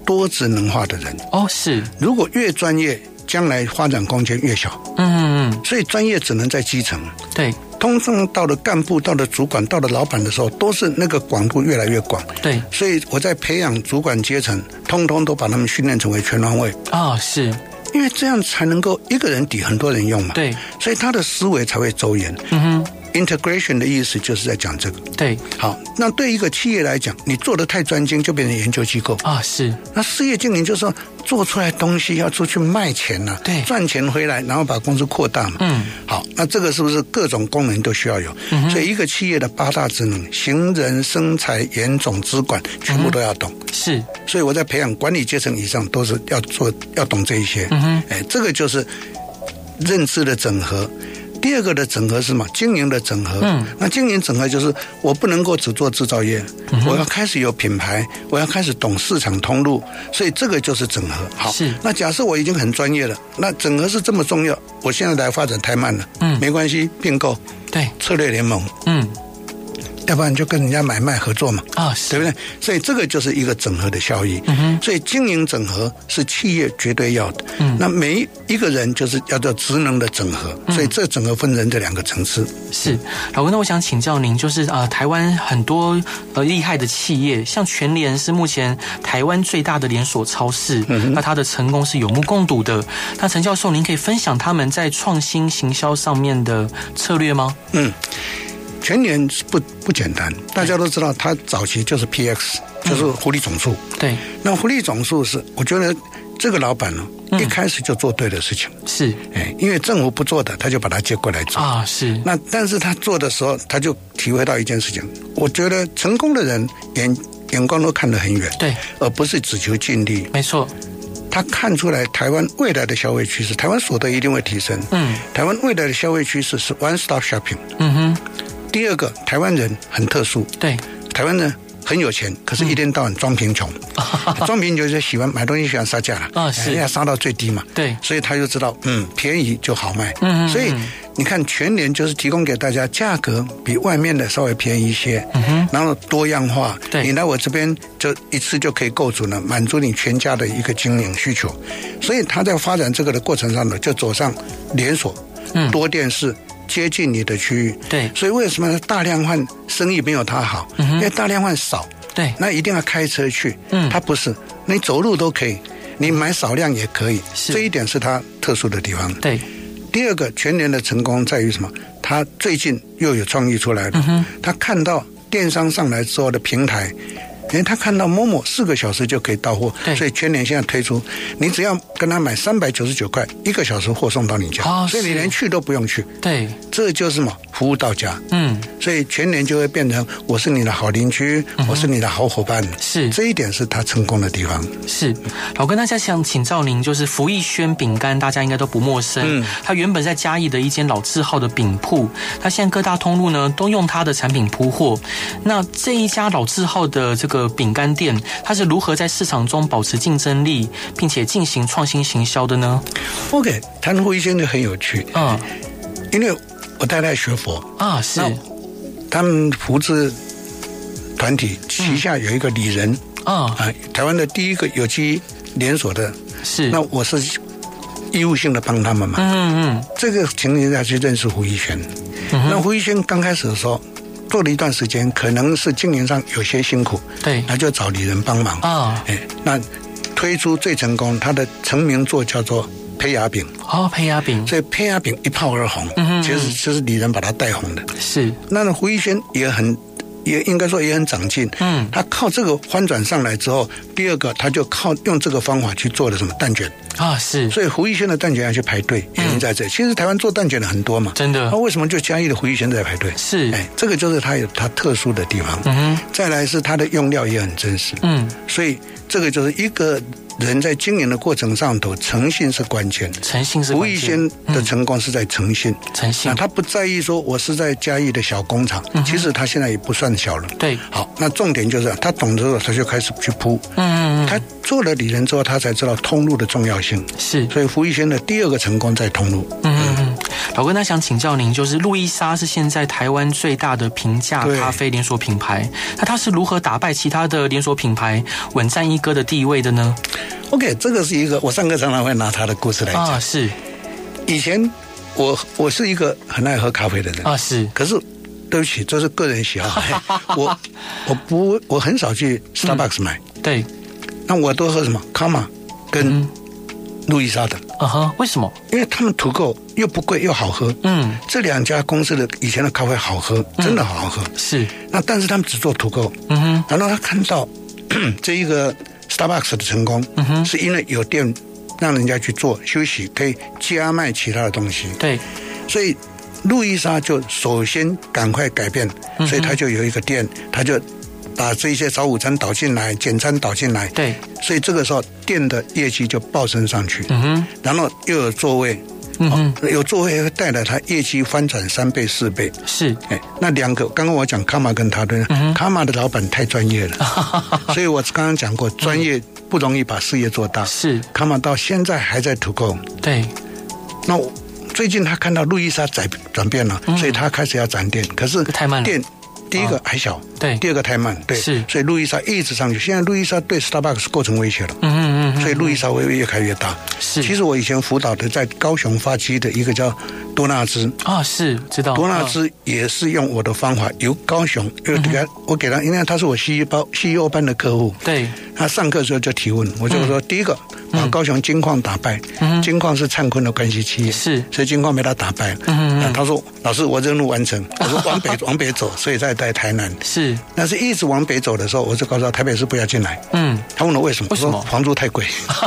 Speaker 2: 多职能化的人，
Speaker 1: 哦，是，
Speaker 2: 如果越专业，将来发展空间越小，
Speaker 1: 嗯嗯嗯，
Speaker 2: 所以专业只能在基层。
Speaker 1: 对
Speaker 2: 通常到了干部、到了主管、到了老板的时候，都是那个广度越来越广。
Speaker 1: 对
Speaker 2: 所以我在培养主管阶层，通通都把他们训练成为全方位，
Speaker 1: 啊、是，
Speaker 2: 因为这样才能够一个人抵很多人用嘛。，
Speaker 1: 对，
Speaker 2: 所以他的思维才会周延。
Speaker 1: 嗯哼，
Speaker 2: Integration 的意思就是在讲这个。
Speaker 1: 对
Speaker 2: 好，那对一个企业来讲，你做的太专精，就变成研究机构。
Speaker 1: 啊、是，
Speaker 2: 那事业经营就是说做出来东西要出去卖钱呐、
Speaker 1: 对
Speaker 2: 赚钱回来，然后把公司扩大嘛。
Speaker 1: 嗯，
Speaker 2: 好，那这个是不是各种功能都需要有？所以一个企业的八大职能，行人、生财、严总、资管，全部都要懂。
Speaker 1: 是，
Speaker 2: 所以我在培养管理阶层以上，都是要做要懂这一些。
Speaker 1: 嗯哼，
Speaker 2: 哎，这个就是认知的整合。第二个的整合是什么？经营的整合。
Speaker 1: 嗯，
Speaker 2: 那经营整合就是我不能够只做制造业，
Speaker 1: 嗯
Speaker 2: 我要开始有品牌，我要开始懂市场通路，所以这个就是整合。好，
Speaker 1: 是
Speaker 2: 那假设我已经很专业了，那整合是这么重要，我现在来发展太慢了，
Speaker 1: 嗯
Speaker 2: 没关系，并购
Speaker 1: 对，
Speaker 2: 策略联盟
Speaker 1: 嗯，
Speaker 2: 要不然就跟人家买卖合作嘛，
Speaker 1: 啊，是
Speaker 2: 对不对？所以这个就是一个整合的效益。所以经营整合是企业绝对要的。那每一个人就是要做职能的整合，所以这整合分人这两个层次。
Speaker 1: 是，老哥，那我想请教您，就是呃，台湾很多呃厉害的企业，像全联是目前台湾最大的连锁超市，那它的成功是有目共睹的。那陈教授，您可以分享他们在创新行销上面的策略吗？
Speaker 2: 全年是不不简单，大家都知道，它早期就是 PX，就是狐狸总数。
Speaker 1: 对，
Speaker 2: 那狐狸总数是，我觉得这个老板呢，一开始就做对的事情，
Speaker 1: 是
Speaker 2: 哎，因为政府不做的，他就把它接过来做。
Speaker 1: 啊，是
Speaker 2: 那但是他做的时候，他就体会到一件事情，我觉得成功的人眼眼光都看得很远，
Speaker 1: 对，
Speaker 2: 而不是只求尽力。
Speaker 1: 没错，
Speaker 2: 他看出来台湾未来的消费趋势，台湾所得一定会提升。
Speaker 1: 嗯，
Speaker 2: 台湾未来的消费趋势是 one stop shopping。
Speaker 1: 嗯哼，
Speaker 2: 第二个，台湾人很特殊，
Speaker 1: 对，
Speaker 2: 台湾人很有钱，可是一天到晚装贫穷，装贫穷就是喜欢买东西喜欢杀价了，
Speaker 1: 嗯 啊是
Speaker 2: 哎要杀到最低嘛，
Speaker 1: 对
Speaker 2: 所以他就知道，嗯，便宜就好卖，
Speaker 1: 嗯嗯嗯
Speaker 2: 所以你看全年就是提供给大家价格比外面的稍微便宜一些，嗯、然后多样化，
Speaker 1: 对
Speaker 2: 你来我这边就一次就可以构筑了，满足你全家的一个经营需求，所以他在发展这个的过程上呢，就走上连锁，
Speaker 1: 嗯
Speaker 2: 多店式。接近你的区域，
Speaker 1: 对嗯
Speaker 2: 所以为什么大量换生意没有他好？因为大量换少，
Speaker 1: 对，
Speaker 2: 那一定要开车去。
Speaker 1: 嗯
Speaker 2: 他不是，你走路都可以，你买少量也可以。
Speaker 1: 是
Speaker 2: 这一点是他特殊的地方。
Speaker 1: 对，
Speaker 2: 第二个，全年的成功在于什么？他最近又有创意出来
Speaker 1: 嗯
Speaker 2: 了。他看到电商上来之后的平台。因为他看到某某四个小时就可以到货
Speaker 1: 对，
Speaker 2: 所以全年现在推出，你只要跟他买三百九十九块，一个小时货送到你家，
Speaker 1: 哦
Speaker 2: 所以你
Speaker 1: 是
Speaker 2: 连去都不用去，
Speaker 1: 对，
Speaker 2: 这就是什么服务到家。
Speaker 1: 嗯，
Speaker 2: 所以全年就会变成我是你的好邻居，我是你的好伙伴。
Speaker 1: 嗯是
Speaker 2: 这一点是他成功的地方。
Speaker 1: 是，老跟大家想请教您，就是福义轩饼干，大家应该都不陌生。嗯，它原本在嘉义的一间老字号的饼铺，它现在各大通路呢都用它的产品铺货。那这一家老字号的这个饼干店，它是如何在市场中保持竞争力，并且进行创新行销的呢？
Speaker 2: OK，谈呼一先就很有趣，
Speaker 1: 嗯
Speaker 2: 因为我太太学佛，
Speaker 1: 啊，是
Speaker 2: 那他们福字团体旗下有一个李仁
Speaker 1: 啊，
Speaker 2: 啊，台湾的第一个有机连锁的，
Speaker 1: 是
Speaker 2: 那我是义务性的帮他们嘛。
Speaker 1: 嗯嗯
Speaker 2: 这个情形下去认识胡一轩。那胡一轩刚开始的时候做了一段时间，可能是经营上有些辛苦，
Speaker 1: 对
Speaker 2: 那就找李仁帮忙。
Speaker 1: 啊，
Speaker 2: 哎，那推出最成功，它的成名作叫做胚芽饼，
Speaker 1: 哦，胚芽饼
Speaker 2: 所以胚芽饼一炮而红，
Speaker 1: 嗯哼
Speaker 2: 其实就是李仁把它带红的。
Speaker 1: 是
Speaker 2: 那胡一轩也很。也应该说也很长进，
Speaker 1: 嗯
Speaker 2: 他靠这个翻转上来之后，第二个他就靠用这个方法去做了什么蛋卷，
Speaker 1: 啊，是
Speaker 2: 所以胡一轩的蛋卷要去排队，原因在这。其实台湾做蛋卷的很多嘛，
Speaker 1: 嗯真的
Speaker 2: 那为什么就嘉义的胡一轩在排队？
Speaker 1: 是
Speaker 2: 哎，这个就是它有它特殊的地方。
Speaker 1: 嗯
Speaker 2: 再来是它的用料也很真实，
Speaker 1: 嗯，
Speaker 2: 所以这个就是一个人在经营的过程上头，诚信是关键。
Speaker 1: 诚信是
Speaker 2: 胡
Speaker 1: 关
Speaker 2: 逸
Speaker 1: 键嗯
Speaker 2: 轩的成功是在诚信，
Speaker 1: 诚信
Speaker 2: 那他不在意说我是在嘉义的小工厂，
Speaker 1: 嗯
Speaker 2: 其实他现在也不算小了。
Speaker 1: 对，
Speaker 2: 好，那重点就是他懂之后，他就开始去铺。
Speaker 1: 嗯嗯
Speaker 2: 他做了理人之后，他才知道通路的重要性。
Speaker 1: 嗯是。
Speaker 2: 所以胡逸轩的第二个成功在通路。
Speaker 1: 嗯，嗯，老哥，那想请教您，就是路易莎是现在台湾最大的平价
Speaker 2: 对
Speaker 1: 咖啡连锁品牌，那它是如何打败其他的连锁品牌，稳占一哥的地位的呢？
Speaker 2: OK，这个是一个我上课常常会拿他的故事来哎讲。
Speaker 1: 啊，是
Speaker 2: 以前我我是一个很爱喝咖啡的人，
Speaker 1: 啊，是
Speaker 2: 可是，对不起，这是个人 喜好。嘿我我不我很少去 Starbucks
Speaker 1: 嗯
Speaker 2: 买，
Speaker 1: 对，
Speaker 2: 那我都喝什么 Kama
Speaker 1: 嗯
Speaker 2: 跟路易莎的，
Speaker 1: 啊哈，为什么？
Speaker 2: 因为他们土够又不贵又好喝。
Speaker 1: 嗯，
Speaker 2: 这两家公司的以前的咖啡好喝，真的好喝。
Speaker 1: 是，
Speaker 2: 那但是他们只做土够，
Speaker 1: 嗯哼，
Speaker 2: 然后他看到 这一个 Starbucks 的成功，
Speaker 1: 嗯
Speaker 2: 是因为有店让人家去做休息，可以加卖其他的东西。
Speaker 1: 对，
Speaker 2: 所以路易莎就首先赶快改变，
Speaker 1: 嗯
Speaker 2: 所以他就有一个店，他就把这些早午餐导进来，简餐导进来，
Speaker 1: 对，
Speaker 2: 所以这个时候店的业绩就暴升上去，
Speaker 1: 嗯哼，
Speaker 2: 然后又有座位，
Speaker 1: 嗯哼，
Speaker 2: 有座位会带来它业绩翻转三倍四倍。
Speaker 1: 是，
Speaker 2: 哎，那两个，刚刚我讲卡玛跟他
Speaker 1: 嗯
Speaker 2: 顿，卡玛的老板太专业 了，所以我刚刚讲过，专业不容易把事业做大。
Speaker 1: 是，
Speaker 2: 卡玛到现在还在土购，
Speaker 1: 对，
Speaker 2: 那我最近他看到路易莎转转变了，所以他开始要展店，可
Speaker 1: 嗯
Speaker 2: 是
Speaker 1: 太慢了
Speaker 2: 店第一个还小，
Speaker 1: 对
Speaker 2: 第二个太慢，对，
Speaker 1: 是
Speaker 2: 所以路易莎一直上去。现在路易莎对 Starbucks 构成威胁了，
Speaker 1: 嗯嗯嗯嗯，
Speaker 2: 所以路易莎会越开越大。
Speaker 1: 是
Speaker 2: 其实我以前辅导的在高雄发迹的一个叫多纳兹，
Speaker 1: 啊，是知道啊
Speaker 2: 多纳兹也是用我的方法，由高
Speaker 1: 嗯
Speaker 2: 雄，因为给他我给他，因为他是我 CEO 班 CEO E 班的客户
Speaker 1: 嗯，对，
Speaker 2: 他上课的时候就提问，我就
Speaker 1: 嗯
Speaker 2: 说、第一个把高雄金矿打败，金矿是灿坤的关系企业，
Speaker 1: 是
Speaker 2: 所以金矿被他打败。
Speaker 1: 嗯嗯
Speaker 2: 那他说老师我任务 完成，我说往北往北走，所以在在台南。
Speaker 1: 是，
Speaker 2: 但是一直往北走的时候，我就告诉他台北市不要进来。
Speaker 1: 嗯，
Speaker 2: 他问我为什么，
Speaker 1: 为什么
Speaker 2: 我说房租太贵，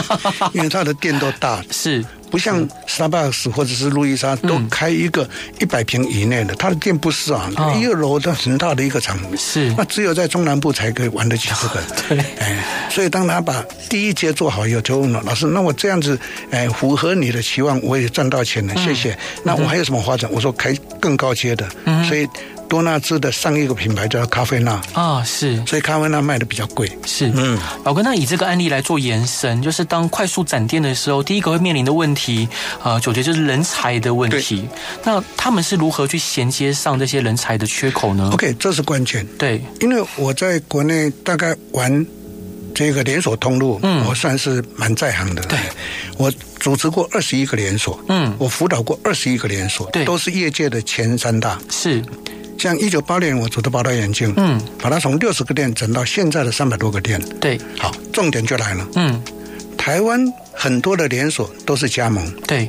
Speaker 2: 因为他的店都 大，
Speaker 1: 是嗯
Speaker 2: 不像 Starbucks 或者是路易莎都开一个一百平以内的，他的店不是啊
Speaker 1: 哦，
Speaker 2: 一二楼的很大的一个场，
Speaker 1: 是
Speaker 2: 那只有在中南部才可以玩得起这个。
Speaker 1: 对
Speaker 2: 哎，所以当他把第一阶做好以后，就问了老师：“那我这样子，哎，符合你的期望，我也赚到钱了，
Speaker 1: 嗯
Speaker 2: 谢谢。那我还有什么发展？”我说：“开更高阶的。”
Speaker 1: 嗯
Speaker 2: 所以多纳兹的上一个品牌叫咖啡纳，
Speaker 1: 啊，是
Speaker 2: 所以咖啡纳卖的比较贵。
Speaker 1: 是，
Speaker 2: 嗯，
Speaker 1: 老哥，那以这个案例来做延伸，就是当快速展店的时候，第一个会面临的问题，呃，九觉就是人才的问题。那他们是如何去衔接上这些人才的缺口呢
Speaker 2: OK，这是关键。
Speaker 1: 对，
Speaker 2: 因为我在国内大概玩这个连锁通路，
Speaker 1: 嗯
Speaker 2: 我算是蛮在行的。
Speaker 1: 对，
Speaker 2: 我主持过二十一个连锁，
Speaker 1: 嗯
Speaker 2: 我辅导过二十一个连锁，
Speaker 1: 对
Speaker 2: 都是业界的前三大。
Speaker 1: 是，
Speaker 2: 像一九八六年我做的八道眼镜，
Speaker 1: 嗯，
Speaker 2: 把它从六十个店整到现在的三百多个店。
Speaker 1: 对，
Speaker 2: 好，重点就来了，
Speaker 1: 嗯，
Speaker 2: 台湾很多的连锁都是加盟，
Speaker 1: 对，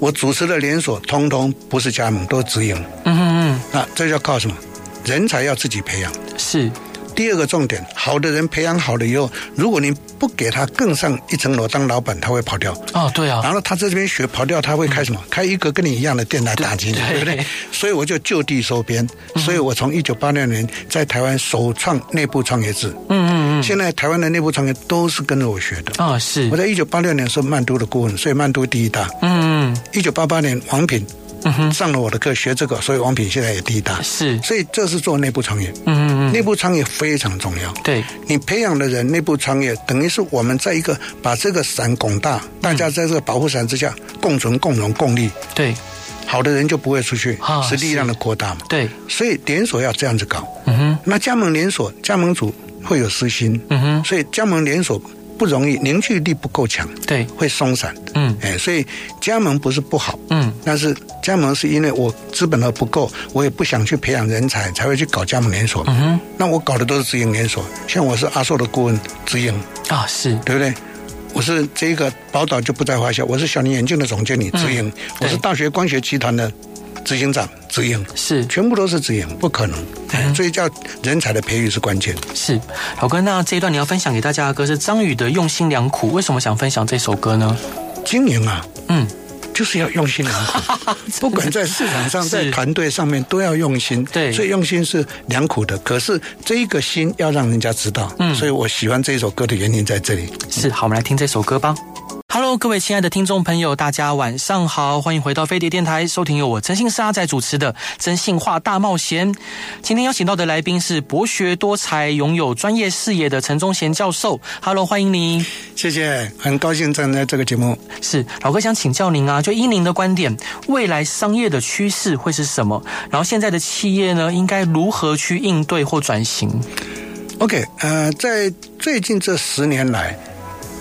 Speaker 2: 我主持的连锁通通不是加盟，都是直营。
Speaker 1: 嗯嗯
Speaker 2: 那这要靠什么？人才要自己培养。
Speaker 1: 嗯，是，
Speaker 2: 第二个重点，好的人培养好了以后，如果你不给他更上一层楼当老板，他会跑掉。
Speaker 1: 哦，对啊，
Speaker 2: 然后他在这边学跑掉，他会开什么？开一个跟你一样的店来打击你，
Speaker 1: 对
Speaker 2: 对不对
Speaker 1: 嗯对？嗯
Speaker 2: 所以我就就地收编，所以我从一九八六年在台湾首创内部创业制。
Speaker 1: 嗯嗯
Speaker 2: 现在台湾的内部创业都是跟着我学的。
Speaker 1: 嗯，啊，是
Speaker 2: 我，在一九八六年是曼都的顾问，所以曼都第一大。
Speaker 1: 嗯嗯
Speaker 2: 一九八八年王品
Speaker 1: 嗯哼，
Speaker 2: 上了我的课学这个，所以王品现在也第一大。
Speaker 1: 嗯是，
Speaker 2: 所以这是做内部创业，
Speaker 1: 嗯嗯嗯，
Speaker 2: 内部创业非常重要。
Speaker 1: 对，
Speaker 2: 你培养的人内部创业，等于是我们在一个把这个伞拱大，
Speaker 1: 嗯
Speaker 2: 大家在这个保护伞之下共存、共荣、共利，
Speaker 1: 对，
Speaker 2: 好的人就不会出去
Speaker 1: 啊，
Speaker 2: 是力量的扩大嘛。
Speaker 1: 对，
Speaker 2: 所以连锁要这样子搞。
Speaker 1: 嗯哼，
Speaker 2: 那加盟连锁，加盟主会有私心，
Speaker 1: 嗯哼，
Speaker 2: 所以加盟连锁不容易，凝聚力不够强，
Speaker 1: 对，
Speaker 2: 会松散。
Speaker 1: 嗯
Speaker 2: 哎，所以加盟不是不好，
Speaker 1: 嗯，
Speaker 2: 但是加盟是因为我资本额不够，我也不想去培养人才，才会去搞加盟连锁。
Speaker 1: 嗯
Speaker 2: 那我搞的都是直营连锁，像我是阿硕的顾问直营，
Speaker 1: 哼，啊，是，
Speaker 2: 对不对？我是这个宝岛就不在话下，我是小林眼镜的总经理直营，
Speaker 1: 嗯
Speaker 2: 我是大学光学集团的执行长直营，
Speaker 1: 是，
Speaker 2: 全部都是直营，不可能。
Speaker 1: 嗯
Speaker 2: 所以叫人才的培育是关键。
Speaker 1: 是，老哥，那这一段你要分享给大家的歌是张宇的《用心良苦》，为什么想分享这首歌呢？
Speaker 2: 经营啊，
Speaker 1: 嗯，
Speaker 2: 就是要用心良苦， 不管在市场上、
Speaker 1: 是
Speaker 2: 在团队上面都要用心。
Speaker 1: 对
Speaker 2: 所以用心是良苦的。可是这一个心要让人家知道，嗯，所以我喜欢这首歌的原因在这里。
Speaker 1: 是，好，我们来听这首歌吧。Hello，各位亲爱的听众朋友，大家晚上好，欢迎回到飞碟电台，收听由我真心是阿仔主持的《真性化大冒险》。今天邀请到的来宾是博学多才、拥有专业视野的陈忠贤教授。Hello，欢迎您。
Speaker 2: 谢谢，很高兴站在这个节目。
Speaker 1: 是老哥想请教您啊，就依您的观点，未来商业的趋势会是什么？然后现在的企业呢，应该如何去应对或转型？
Speaker 2: OK，呃，在最近这十年来，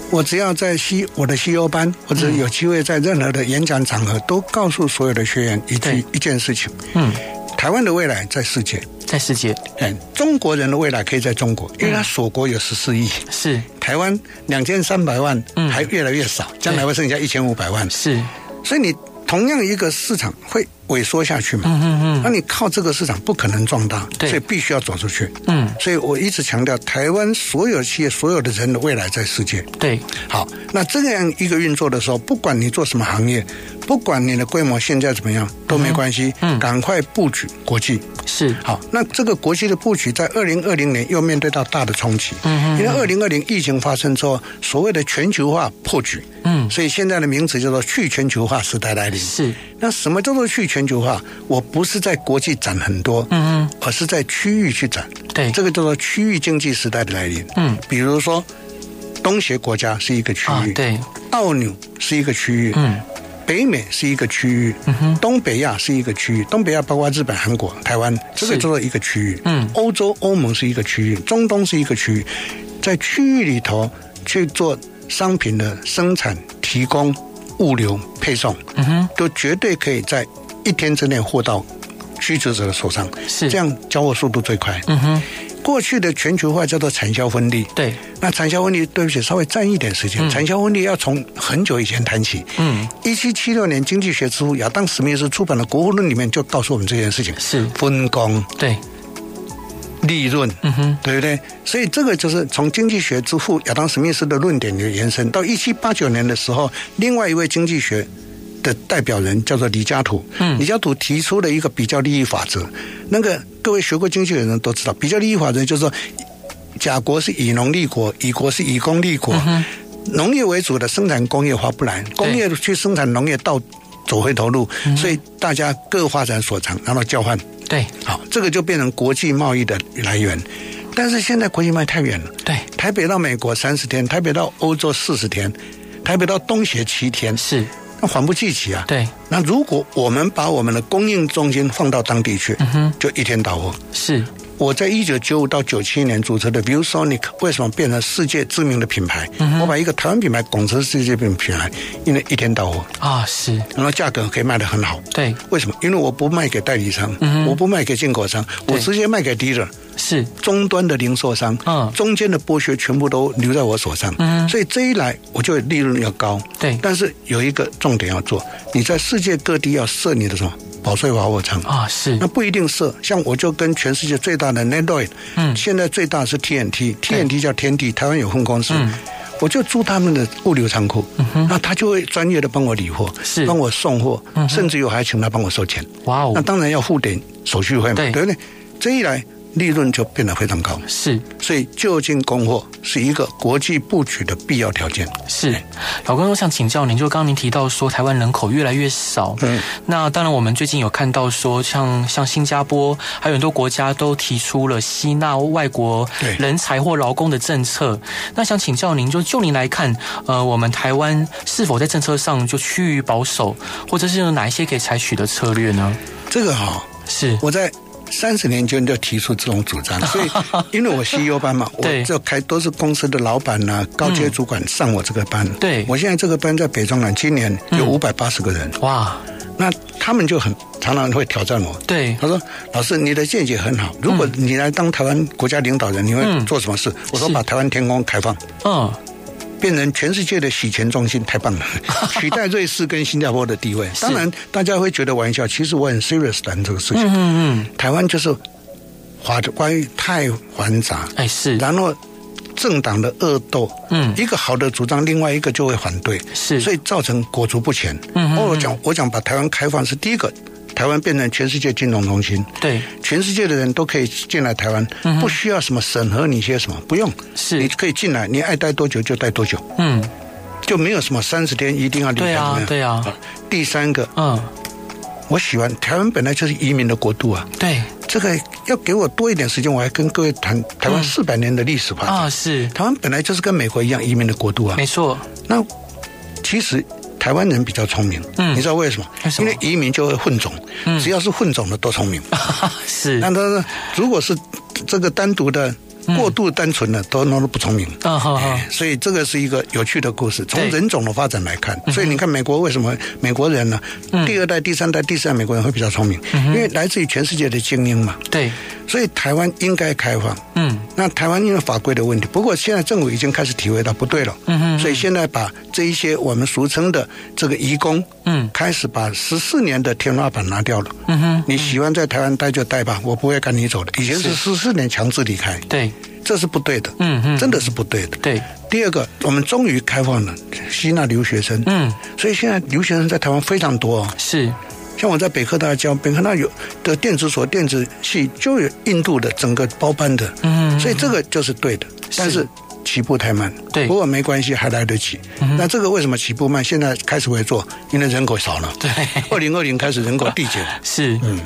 Speaker 2: 我只要在西我的西欧班，或者有机会在任何的演讲场合，都告诉所有的学员一
Speaker 1: 对
Speaker 2: 句一件事情：
Speaker 1: 嗯，
Speaker 2: 台湾的未来在世界，
Speaker 1: 在世界
Speaker 2: 嗯，中国人的未来可以在中国，
Speaker 1: 嗯
Speaker 2: 因为他锁国有十四亿，
Speaker 1: 是
Speaker 2: 台湾两千三百万
Speaker 1: 嗯
Speaker 2: 还越来越少，将来会剩下一千五百万，
Speaker 1: 是，
Speaker 2: 所以你同样一个市场会萎缩下去嘛？
Speaker 1: 嗯嗯
Speaker 2: 那你靠这个市场不可能壮大，
Speaker 1: 对
Speaker 2: 所以必须要走出去。
Speaker 1: 嗯
Speaker 2: 所以我一直强调，台湾所有企业、所有的人的未来在世界。
Speaker 1: 嗯，对，
Speaker 2: 好，那这样一个运作的时候，不管你做什么行业，不管你的规模现在怎么样都没关系，
Speaker 1: 嗯
Speaker 2: 赶快布局国际。
Speaker 1: 是
Speaker 2: 好，那这个国际的布局在二零二零年又面对到大的冲击，
Speaker 1: 嗯
Speaker 2: 因为二零二零疫情发生之后，所谓的全球化破局，
Speaker 1: 嗯
Speaker 2: 所以现在的名词叫做去全球化时代来临。
Speaker 1: 是，
Speaker 2: 那什么叫做去全球化？我不是在国际展很多，
Speaker 1: 嗯嗯
Speaker 2: 而是在区域去展。
Speaker 1: 对，
Speaker 2: 这个叫做区域经济时代的来临。
Speaker 1: 嗯
Speaker 2: 比如说，东协国家是一个区
Speaker 1: 啊
Speaker 2: 域，
Speaker 1: 对
Speaker 2: 澳纽是一个区域，
Speaker 1: 嗯
Speaker 2: 北美是一个区域，东北亚是一个区域，东北亚包括日本、韩国、台湾，这个
Speaker 1: 是
Speaker 2: 叫做一个区域。
Speaker 1: 嗯
Speaker 2: 欧洲、欧盟是一个区域，中东是一个区域，在区域里头去做商品的生产、提供、物流、配送，
Speaker 1: 嗯哼，
Speaker 2: 都绝对可以在一天之内获到需求者的手上，
Speaker 1: 是
Speaker 2: 这，样交货速度最快。
Speaker 1: 嗯哼，
Speaker 2: 过去的全球化叫做产销分离，
Speaker 1: 对，
Speaker 2: 那产销分离，对不起，稍微占一点时间。产销分离要从很久以前谈起。
Speaker 1: 嗯，
Speaker 2: 一七七六年，经济学之父亚当·史密斯出版的《国富论》里面就告诉我们这件事情：
Speaker 1: 是，
Speaker 2: 分工、
Speaker 1: 对，
Speaker 2: 利润，
Speaker 1: 嗯哼，
Speaker 2: 对不对？所以这个就是从经济学之父亚当·史密斯的论点的延伸。到一七八九年的时候，另外一位经济学的代表人叫做李嘉图。
Speaker 1: 嗯
Speaker 2: 李嘉图提出了一个比较利益法则。那个各位学过经济学的人都知道，比较利益法则就是说，甲国是以农立国，乙国是以工立国。
Speaker 1: 嗯
Speaker 2: 农业为主的生产工业化不然，工业去生产农业倒走回头路，
Speaker 1: 嗯
Speaker 2: 所以大家各发展所长，然后交换。
Speaker 1: 对，
Speaker 2: 好，这个就变成国际贸易的来源。但是现在国际贸易太远了，
Speaker 1: 对，
Speaker 2: 台北到美国三十天，台北到欧洲四十天，台北到东协七天，
Speaker 1: 是，
Speaker 2: 那还不济急啊。
Speaker 1: 对，
Speaker 2: 那如果我们把我们的供应中心放到当地去，
Speaker 1: 哼
Speaker 2: 就一天到货。
Speaker 1: 是，
Speaker 2: 我在一九九五到九七年主持的 ViewSonic 为什么变成世界知名的品牌？我把一个台湾品牌拱成世界品牌，因为一天到货，
Speaker 1: 啊，是，
Speaker 2: 然后价格可以卖得很好。
Speaker 1: 对，
Speaker 2: 为什么？因为我不卖给代理商，我不卖给进口商，我
Speaker 1: 嗯对
Speaker 2: 直接卖给 dealer
Speaker 1: 是，
Speaker 2: 终端的零售商，
Speaker 1: 嗯
Speaker 2: 中间的剥削全部都留在我手上，
Speaker 1: 嗯
Speaker 2: 所以这一来我就利润要高，
Speaker 1: 对
Speaker 2: 但是有一个重点要做，你在世界各地要设你的什么保税保货厂。
Speaker 1: 啊，是
Speaker 2: 那，不一定设，像我就跟全世界最大的 n a n d o i d
Speaker 1: 嗯
Speaker 2: 现在最大是 TNT，TNT 叫天地，台湾有分公司，
Speaker 1: 嗯
Speaker 2: 我就租他们的物流仓库，那他就会专业的帮我理货，
Speaker 1: 是嗯
Speaker 2: 帮我送货，甚至于我还请他帮我收钱。
Speaker 1: 哇
Speaker 2: 那
Speaker 1: 哦，
Speaker 2: 当然要付点手续费嘛，
Speaker 1: 对
Speaker 2: 对不对？这一来利润就变得非常高，
Speaker 1: 是。
Speaker 2: 所以就近供货是一个国际布局的必要条件。
Speaker 1: 是，老公，我想请教您，就刚刚您提到说台湾人口越来越少，
Speaker 2: 嗯，
Speaker 1: 那当然我们最近有看到说像，像新加坡还有很多国家都提出了吸纳外国
Speaker 2: 对
Speaker 1: 人才或劳工的政策。那想请教您，就就您来看，呃，我们台湾是否在政策上就趋于保守，或者是有哪一些可以采取的策略呢？
Speaker 2: 这个哈、
Speaker 1: 是，
Speaker 2: 我在三十年前就提出这种主 张，所以因为我 CEO 班嘛，
Speaker 1: 对嗯
Speaker 2: 我就开都是公司的老板呐、高阶主管上我这个班。
Speaker 1: 对嗯
Speaker 2: 我现在这个班在北中南，今年有五百八十个人，
Speaker 1: 哇，
Speaker 2: 那他们就很常常会挑战我。
Speaker 1: 对，
Speaker 2: 他说：“老师，你的见解很好。如果你来当台湾国家领导人，你会
Speaker 1: 嗯
Speaker 2: 做什么事？”我说：“
Speaker 1: 是
Speaker 2: 把台湾天空开放。”
Speaker 1: 嗯，
Speaker 2: 变成全世界的洗钱中心，太棒 了，取代瑞士跟新加坡的地位。当然，大家会觉得玩笑，其实我很 serious 谈这个事情。
Speaker 1: 嗯嗯嗯，
Speaker 2: 台湾就是华关于太繁杂，
Speaker 1: 哎是，
Speaker 2: 然后政党的恶斗，
Speaker 1: 嗯
Speaker 2: 一个好的主张，另外一个就会反对，
Speaker 1: 是
Speaker 2: 所以造成裹足不前。哦
Speaker 1: 嗯嗯嗯
Speaker 2: 我讲，我讲把台湾开放是第一个，台湾变成全世界金融中心。
Speaker 1: 对，
Speaker 2: 全世界的人都可以进来台湾，不需要什么审核你些什么，不用，
Speaker 1: 嗯是
Speaker 2: 你可以进来，你爱待多久就待多久。
Speaker 1: 嗯，
Speaker 2: 就没有什么三十天一定要离开
Speaker 1: 对啊
Speaker 2: 怎么样
Speaker 1: 对啊。
Speaker 2: 第三个，
Speaker 1: 嗯，
Speaker 2: 我喜欢台湾本来就是移民的国度啊，
Speaker 1: 对，
Speaker 2: 这个要给我多一点时间，我还跟各位谈台湾四百年的历史吧。
Speaker 1: 嗯啊是，
Speaker 2: 台湾本来就是跟美国一样移民的国度啊。
Speaker 1: 没错，
Speaker 2: 那其实台湾人比较聪明，
Speaker 1: 嗯
Speaker 2: 你知道为什么？
Speaker 1: 为什么嗯
Speaker 2: 因为移民就会混种，只要是混种的都聪明。
Speaker 1: 是，
Speaker 2: 那他如果是这个单独的、过度单纯的，都弄得不聪明。
Speaker 1: 嗯好好，
Speaker 2: 所以这个是一个有趣的故事。从
Speaker 1: 对嗯
Speaker 2: 人种的发展来看，所以你看美国为什么美国人呢、第二代、第三代、第四代美国人会比较聪明，
Speaker 1: 嗯
Speaker 2: 因为来自于全世界的精英嘛。
Speaker 1: 对，
Speaker 2: 所以台湾应该开放。
Speaker 1: 嗯，
Speaker 2: 那台湾因为法规的问题，不过现在政府已经开始体会到不对了，
Speaker 1: 嗯哼
Speaker 2: 所以现在把这一些我们俗称的这个移工，
Speaker 1: 嗯
Speaker 2: 开始把十四年的天花板拿掉了。
Speaker 1: 嗯哼，
Speaker 2: 你喜欢在台湾待就待吧，我不会赶你走的。以前是十四年强制离开，
Speaker 1: 对，
Speaker 2: 这是不对的，
Speaker 1: 嗯嗯
Speaker 2: 真的是不对的。
Speaker 1: 对，
Speaker 2: 第二个，我们终于开放了吸纳留学生，
Speaker 1: 嗯，
Speaker 2: 所以现在留学生在台湾非常多哦。
Speaker 1: 是，
Speaker 2: 像我在北科大教，北科大有的电子所电子系就有印度的整个包班的，
Speaker 1: 嗯
Speaker 2: 所以这个就是对的。但是起步太慢。
Speaker 1: 对嗯
Speaker 2: 不过没关系，还来得及。那这个为什么起步慢？现在开始会做，因为人口少了。
Speaker 1: 对
Speaker 2: 二零二零开始人口递减。
Speaker 1: 是，嗯，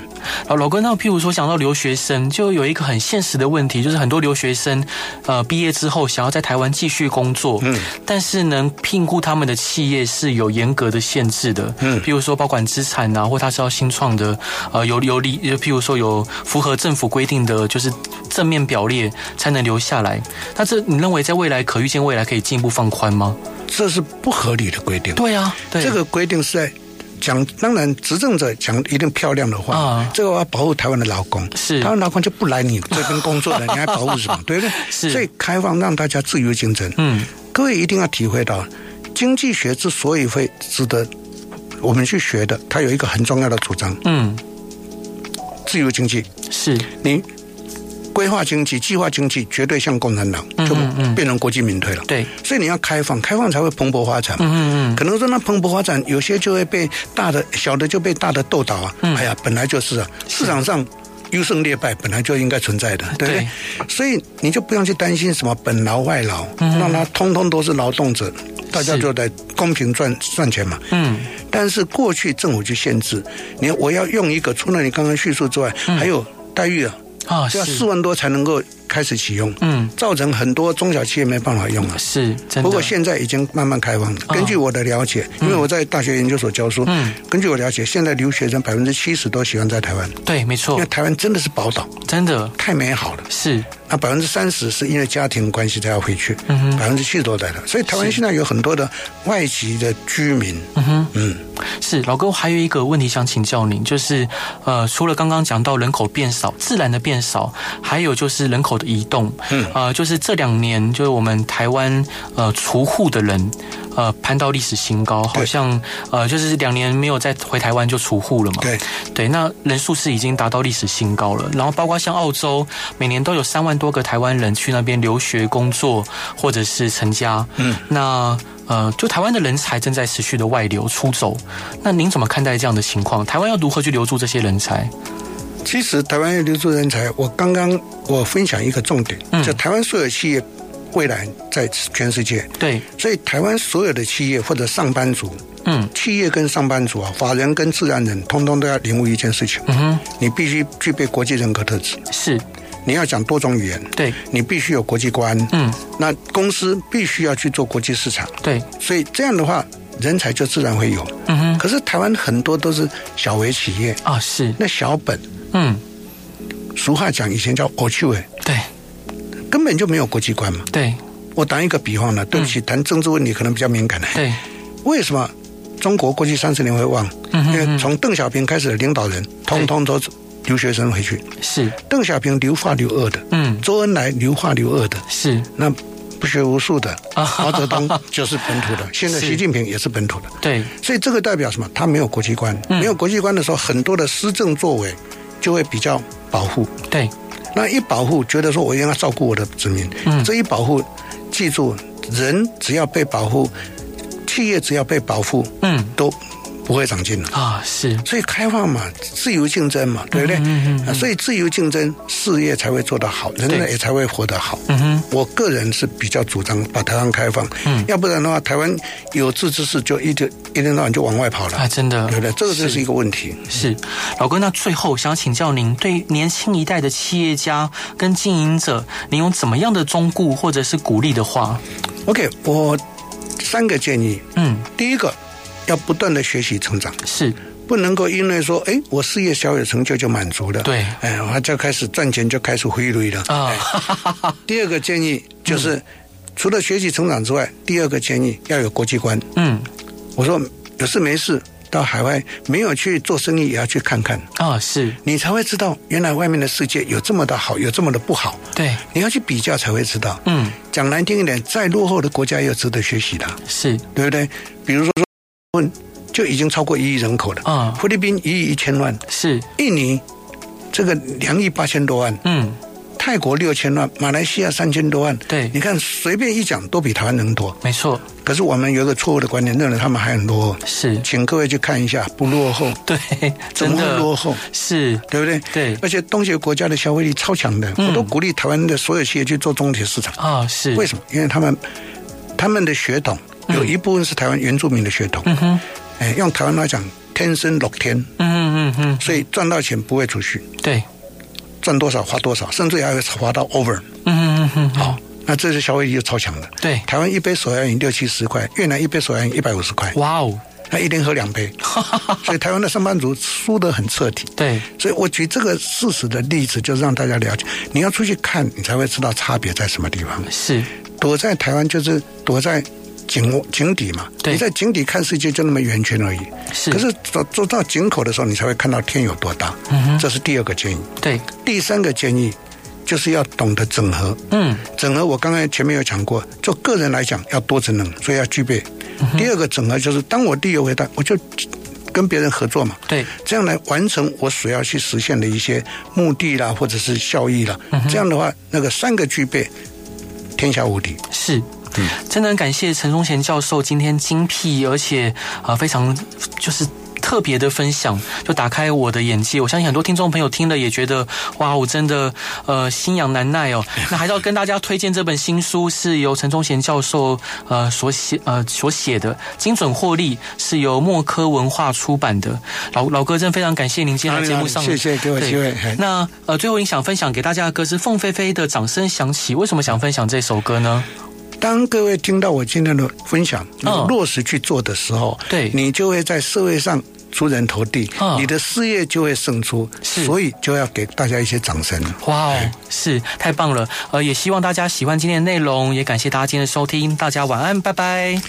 Speaker 1: 老老哥，那譬如说想到留学生，就有一个很现实的问题，就是很多留学生，呃，毕业之后想要在台湾继续工作，嗯，但是能聘雇他们的企业是有严格的限制的，嗯，譬如说保管资产啊，或他是要新创的，呃，有有理，呃譬如说有符合政府规定的，就是正面表列才能留下来。那这你认为在未来可预见未来可以进一步放宽吗？
Speaker 2: 这是不合理的规定。
Speaker 1: 对啊，对，
Speaker 2: 这个规定是在讲，当然执政者讲一定漂亮的话，
Speaker 1: 啊
Speaker 2: 这个我要保护台湾的劳工，
Speaker 1: 是
Speaker 2: 台湾劳工就不来你这边工作了，你还保护什 么？对不对？
Speaker 1: 是
Speaker 2: 所以开放让大家自由竞争。
Speaker 1: 嗯，
Speaker 2: 各位一定要体会到，经济学之所以会值得我们去学的，它有一个很重要的主张：
Speaker 1: 嗯，
Speaker 2: 自由经济。
Speaker 1: 是，
Speaker 2: 你规划经济、计划经济，绝对像共产党，
Speaker 1: 嗯
Speaker 2: 就变成国际民退了。
Speaker 1: 对，
Speaker 2: 所以你要开放，开放才会蓬勃发展。
Speaker 1: 嗯嗯
Speaker 2: 可能说那蓬勃发展，有些就会被大的、小的就被大的斗倒啊。
Speaker 1: 嗯
Speaker 2: 哎呀，本来就是啊，市场上优胜劣败本来就应该存在的，对不对？
Speaker 1: 对
Speaker 2: 所以你就不用去担心什么本劳外劳，
Speaker 1: 嗯
Speaker 2: 让他通通都是劳动者，大家
Speaker 1: 是
Speaker 2: 就在公平赚赚钱嘛。
Speaker 1: 嗯，
Speaker 2: 但是过去政府去限制，你我要用一个，除了你刚刚叙述之外，还有待遇啊，
Speaker 1: 啊，
Speaker 2: 要四
Speaker 1: 嗯是，
Speaker 2: 万多才能够开始启用，
Speaker 1: 嗯。
Speaker 2: 造成很多中小企业没办法用啊。
Speaker 1: 是真的。
Speaker 2: 不过现在已经慢慢开放了。
Speaker 1: 哦
Speaker 2: 根据我的了解，因为我在大学研究所教书，
Speaker 1: 嗯
Speaker 2: 根据我了解，现在留学生百分之七十都喜欢在台湾，
Speaker 1: 对，没
Speaker 2: 因
Speaker 1: 错
Speaker 2: 为，台湾真的是宝岛，
Speaker 1: 真的
Speaker 2: 太美好了。
Speaker 1: 是
Speaker 2: 那百分之三十是因为家庭关系才要回去，
Speaker 1: 嗯
Speaker 2: 百分之七十都在了。所以台湾现在有很多的外籍的居民，
Speaker 1: 嗯
Speaker 2: 嗯
Speaker 1: 是。老哥，我还有一个问题想请教您，就是呃，除了刚刚讲到人口变少，自然的变少，还有就是人口的移动，嗯，呃，就是这两年就是我们台湾呃除户的人。呃，攀到历史新高，好
Speaker 2: 对
Speaker 1: 像呃，就是两年没有再回台湾就除户了嘛。
Speaker 2: 对，
Speaker 1: 对，那人数是已经达到历史新高了。然后包括像澳洲，每年都有三万多个台湾人去那边留学、工作或者是成家。嗯，那呃，就台湾的人才正在持续的外流出走。那您怎么看待这样的情况？台湾要如何去留住这些人才？
Speaker 2: 其实台湾留住人才，我刚刚我分享一个重点，
Speaker 1: 嗯
Speaker 2: 就台湾所有企业未来在全世界，
Speaker 1: 对，
Speaker 2: 所以台湾所有的企业或者上班族，
Speaker 1: 嗯
Speaker 2: 企业跟上班族啊，法人跟自然人，通通都要领悟一件事情：
Speaker 1: 嗯哼，
Speaker 2: 你必须具备国际人格特质，
Speaker 1: 是
Speaker 2: 你要讲多种语言，
Speaker 1: 对，
Speaker 2: 你必须有国际观，
Speaker 1: 嗯，
Speaker 2: 那公司必须要去做国际市场，
Speaker 1: 对，
Speaker 2: 所以这样的话，人才就自然会有。
Speaker 1: 嗯哼，
Speaker 2: 可是台湾很多都是小微企业，
Speaker 1: 啊是，
Speaker 2: 那小本，
Speaker 1: 嗯，
Speaker 2: 俗话讲以前叫 o c h u
Speaker 1: 对
Speaker 2: 根本就没有国际观嘛。
Speaker 1: 对
Speaker 2: 我打一个比方呢，对
Speaker 1: 嗯
Speaker 2: 不起，谈政治问题可能比较敏感。
Speaker 1: 对，啊
Speaker 2: 为什么中国过去三十年会旺？
Speaker 1: 嗯哼嗯
Speaker 2: 因为从邓小平开始的领导人，通通都是留学生回去。
Speaker 1: 是，
Speaker 2: 邓小平留法留俄的，
Speaker 1: 嗯
Speaker 2: 周恩来留法留俄的，
Speaker 1: 啊是，嗯
Speaker 2: 那不学无术的，
Speaker 1: 啊
Speaker 2: 毛泽东就是本土 的，现在
Speaker 1: 是
Speaker 2: 习近平也是本土的。
Speaker 1: 对，
Speaker 2: 所以这个代表什么？他没有国际观，
Speaker 1: 嗯
Speaker 2: 没有国际观的时候，很多的施政作为就会比较保护。
Speaker 1: 对，
Speaker 2: 那一保护，觉得说我一定要照顾我的子民。
Speaker 1: 嗯
Speaker 2: 这一保护，记住，人只要被保护，企业只要被保护，
Speaker 1: 嗯
Speaker 2: 都不会长进了。
Speaker 1: 啊是，
Speaker 2: 所以开放嘛，自由竞争嘛，对不对？
Speaker 1: 嗯
Speaker 2: 啊所以自由竞争，事业才会做得好，人
Speaker 1: 对
Speaker 2: 类也才会活得好。
Speaker 1: 嗯哼，嗯
Speaker 2: 我个人是比较主张把台湾开放，要不然的话，台湾有志之士就一直一天到晚就往外跑了，
Speaker 1: 啊真的，
Speaker 2: 对不对？这个就是一个问题。
Speaker 1: 是，老哥，那最后想请教您，对年轻一代的企业家跟经营者，您有怎么样的忠告或者是鼓励的话？
Speaker 2: OK，我三个建议，
Speaker 1: 嗯，
Speaker 2: 第一个要不断的学习成长，
Speaker 1: 是
Speaker 2: 不能够因为说，哎，我事业小有成就就满足了，
Speaker 1: 对
Speaker 2: 哎，我就开始赚钱就开始挥泪了。
Speaker 1: 啊，
Speaker 2: 第二个建议就是，除了学习成长之外，第二个建议要有国际观。
Speaker 1: 嗯
Speaker 2: 我说有事没事到海外没有去做生意也要去看看，
Speaker 1: 啊，是
Speaker 2: 你才会知道原来外面的世界有这么的好，有这么的不好。
Speaker 1: 对，
Speaker 2: 你要去比较才会知道。
Speaker 1: 嗯
Speaker 2: 讲难听一点，再落后的国家也有值得学习的，
Speaker 1: 是
Speaker 2: 对不对？比如说，问就已经超过一亿人口了，
Speaker 1: 啊
Speaker 2: 菲律宾一亿一千万，
Speaker 1: 是
Speaker 2: 印尼这个两亿八千多万，
Speaker 1: 嗯
Speaker 2: 泰国六千万，马来西亚三千多万，
Speaker 1: 对
Speaker 2: 你看随便一讲都比台湾人多。
Speaker 1: 没错，
Speaker 2: 可是我们有一个错误的观点，认为他们还很落后。
Speaker 1: 是
Speaker 2: 请各位去看一下，不落后，
Speaker 1: 对，
Speaker 2: 怎
Speaker 1: 真
Speaker 2: 么会
Speaker 1: 的
Speaker 2: 落后？
Speaker 1: 是，
Speaker 2: 对不对？
Speaker 1: 对嗯
Speaker 2: 而且东协国家的消费力超强的，我都鼓励台湾的所有企业去做中铁市场。
Speaker 1: 啊、是，
Speaker 2: 为什么？因为他们他们的血统有一部分是台湾原住民的血统，嗯哼，哎，用台湾来讲，天生六天，
Speaker 1: 嗯嗯嗯
Speaker 2: 所以赚到钱不会储蓄，
Speaker 1: 嗯，对，
Speaker 2: 赚多少花多少，甚至还会花到 over。
Speaker 1: 嗯嗯嗯嗯，好，
Speaker 2: 那这是消费力就超强的。
Speaker 1: 对，
Speaker 2: 台湾一杯手摇饮六七十块，越南一杯手摇饮一百五十块，
Speaker 1: 哇哦，
Speaker 2: 他一天喝两杯，所以台湾的上班族输得很彻底。
Speaker 1: 对，
Speaker 2: 所以我举这个事实的例子，就是让大家了解，你要出去看，你才会知道差别在什么地方。
Speaker 1: 是，
Speaker 2: 躲在台湾就是躲在井井底嘛，
Speaker 1: 对
Speaker 2: 你在井底看世界就那么圆圈而已。
Speaker 1: 是
Speaker 2: 可是走走到井口的时候，你才会看到天有多大。
Speaker 1: 嗯
Speaker 2: 这是第二个建议。
Speaker 1: 对，
Speaker 2: 第三个建议就是要懂得整合。
Speaker 1: 嗯，
Speaker 2: 整合我刚才前面有讲过，就个人来讲要多职能，所以要具备。
Speaker 1: 嗯
Speaker 2: 第二个整合就是，当我地有回答，我就跟别人合作嘛。
Speaker 1: 对，
Speaker 2: 这样来完成我所要去实现的一些目的啦，或者是效益啦。
Speaker 1: 嗯
Speaker 2: 这样的话，那个三个具备，天下无敌。
Speaker 1: 是。
Speaker 2: 嗯
Speaker 1: 真的很感谢陈忠贤教授今天精辟而且呃非常就是特别的分享，就打开我的眼界。我相信很多听众朋友听了也觉得哇，我真的呃心痒难耐 哦。那还是要跟大家推荐这本新书，是由陈忠贤教授呃所写呃所写的《精准获利》，是由墨科文化出版的。老老哥，真的非常感谢您今天来节目上，
Speaker 2: 谢谢给我机会。嘿
Speaker 1: 那呃，最后您想分享给大家的歌是凤飞飞的《掌声响起》，为什么想分享这首歌呢？
Speaker 2: 当各位听到我今天的分享，你
Speaker 1: 嗯
Speaker 2: 落实去做的时候，
Speaker 1: 对
Speaker 2: 你就会在社会上出人头地，
Speaker 1: 嗯
Speaker 2: 你的事业就会胜出，
Speaker 1: 是
Speaker 2: 所以就要给大家一些掌声。
Speaker 1: 哇哦，是太棒了！呃，也希望大家喜欢今天的内容，也感谢大家今天的收听，大家晚安，拜拜。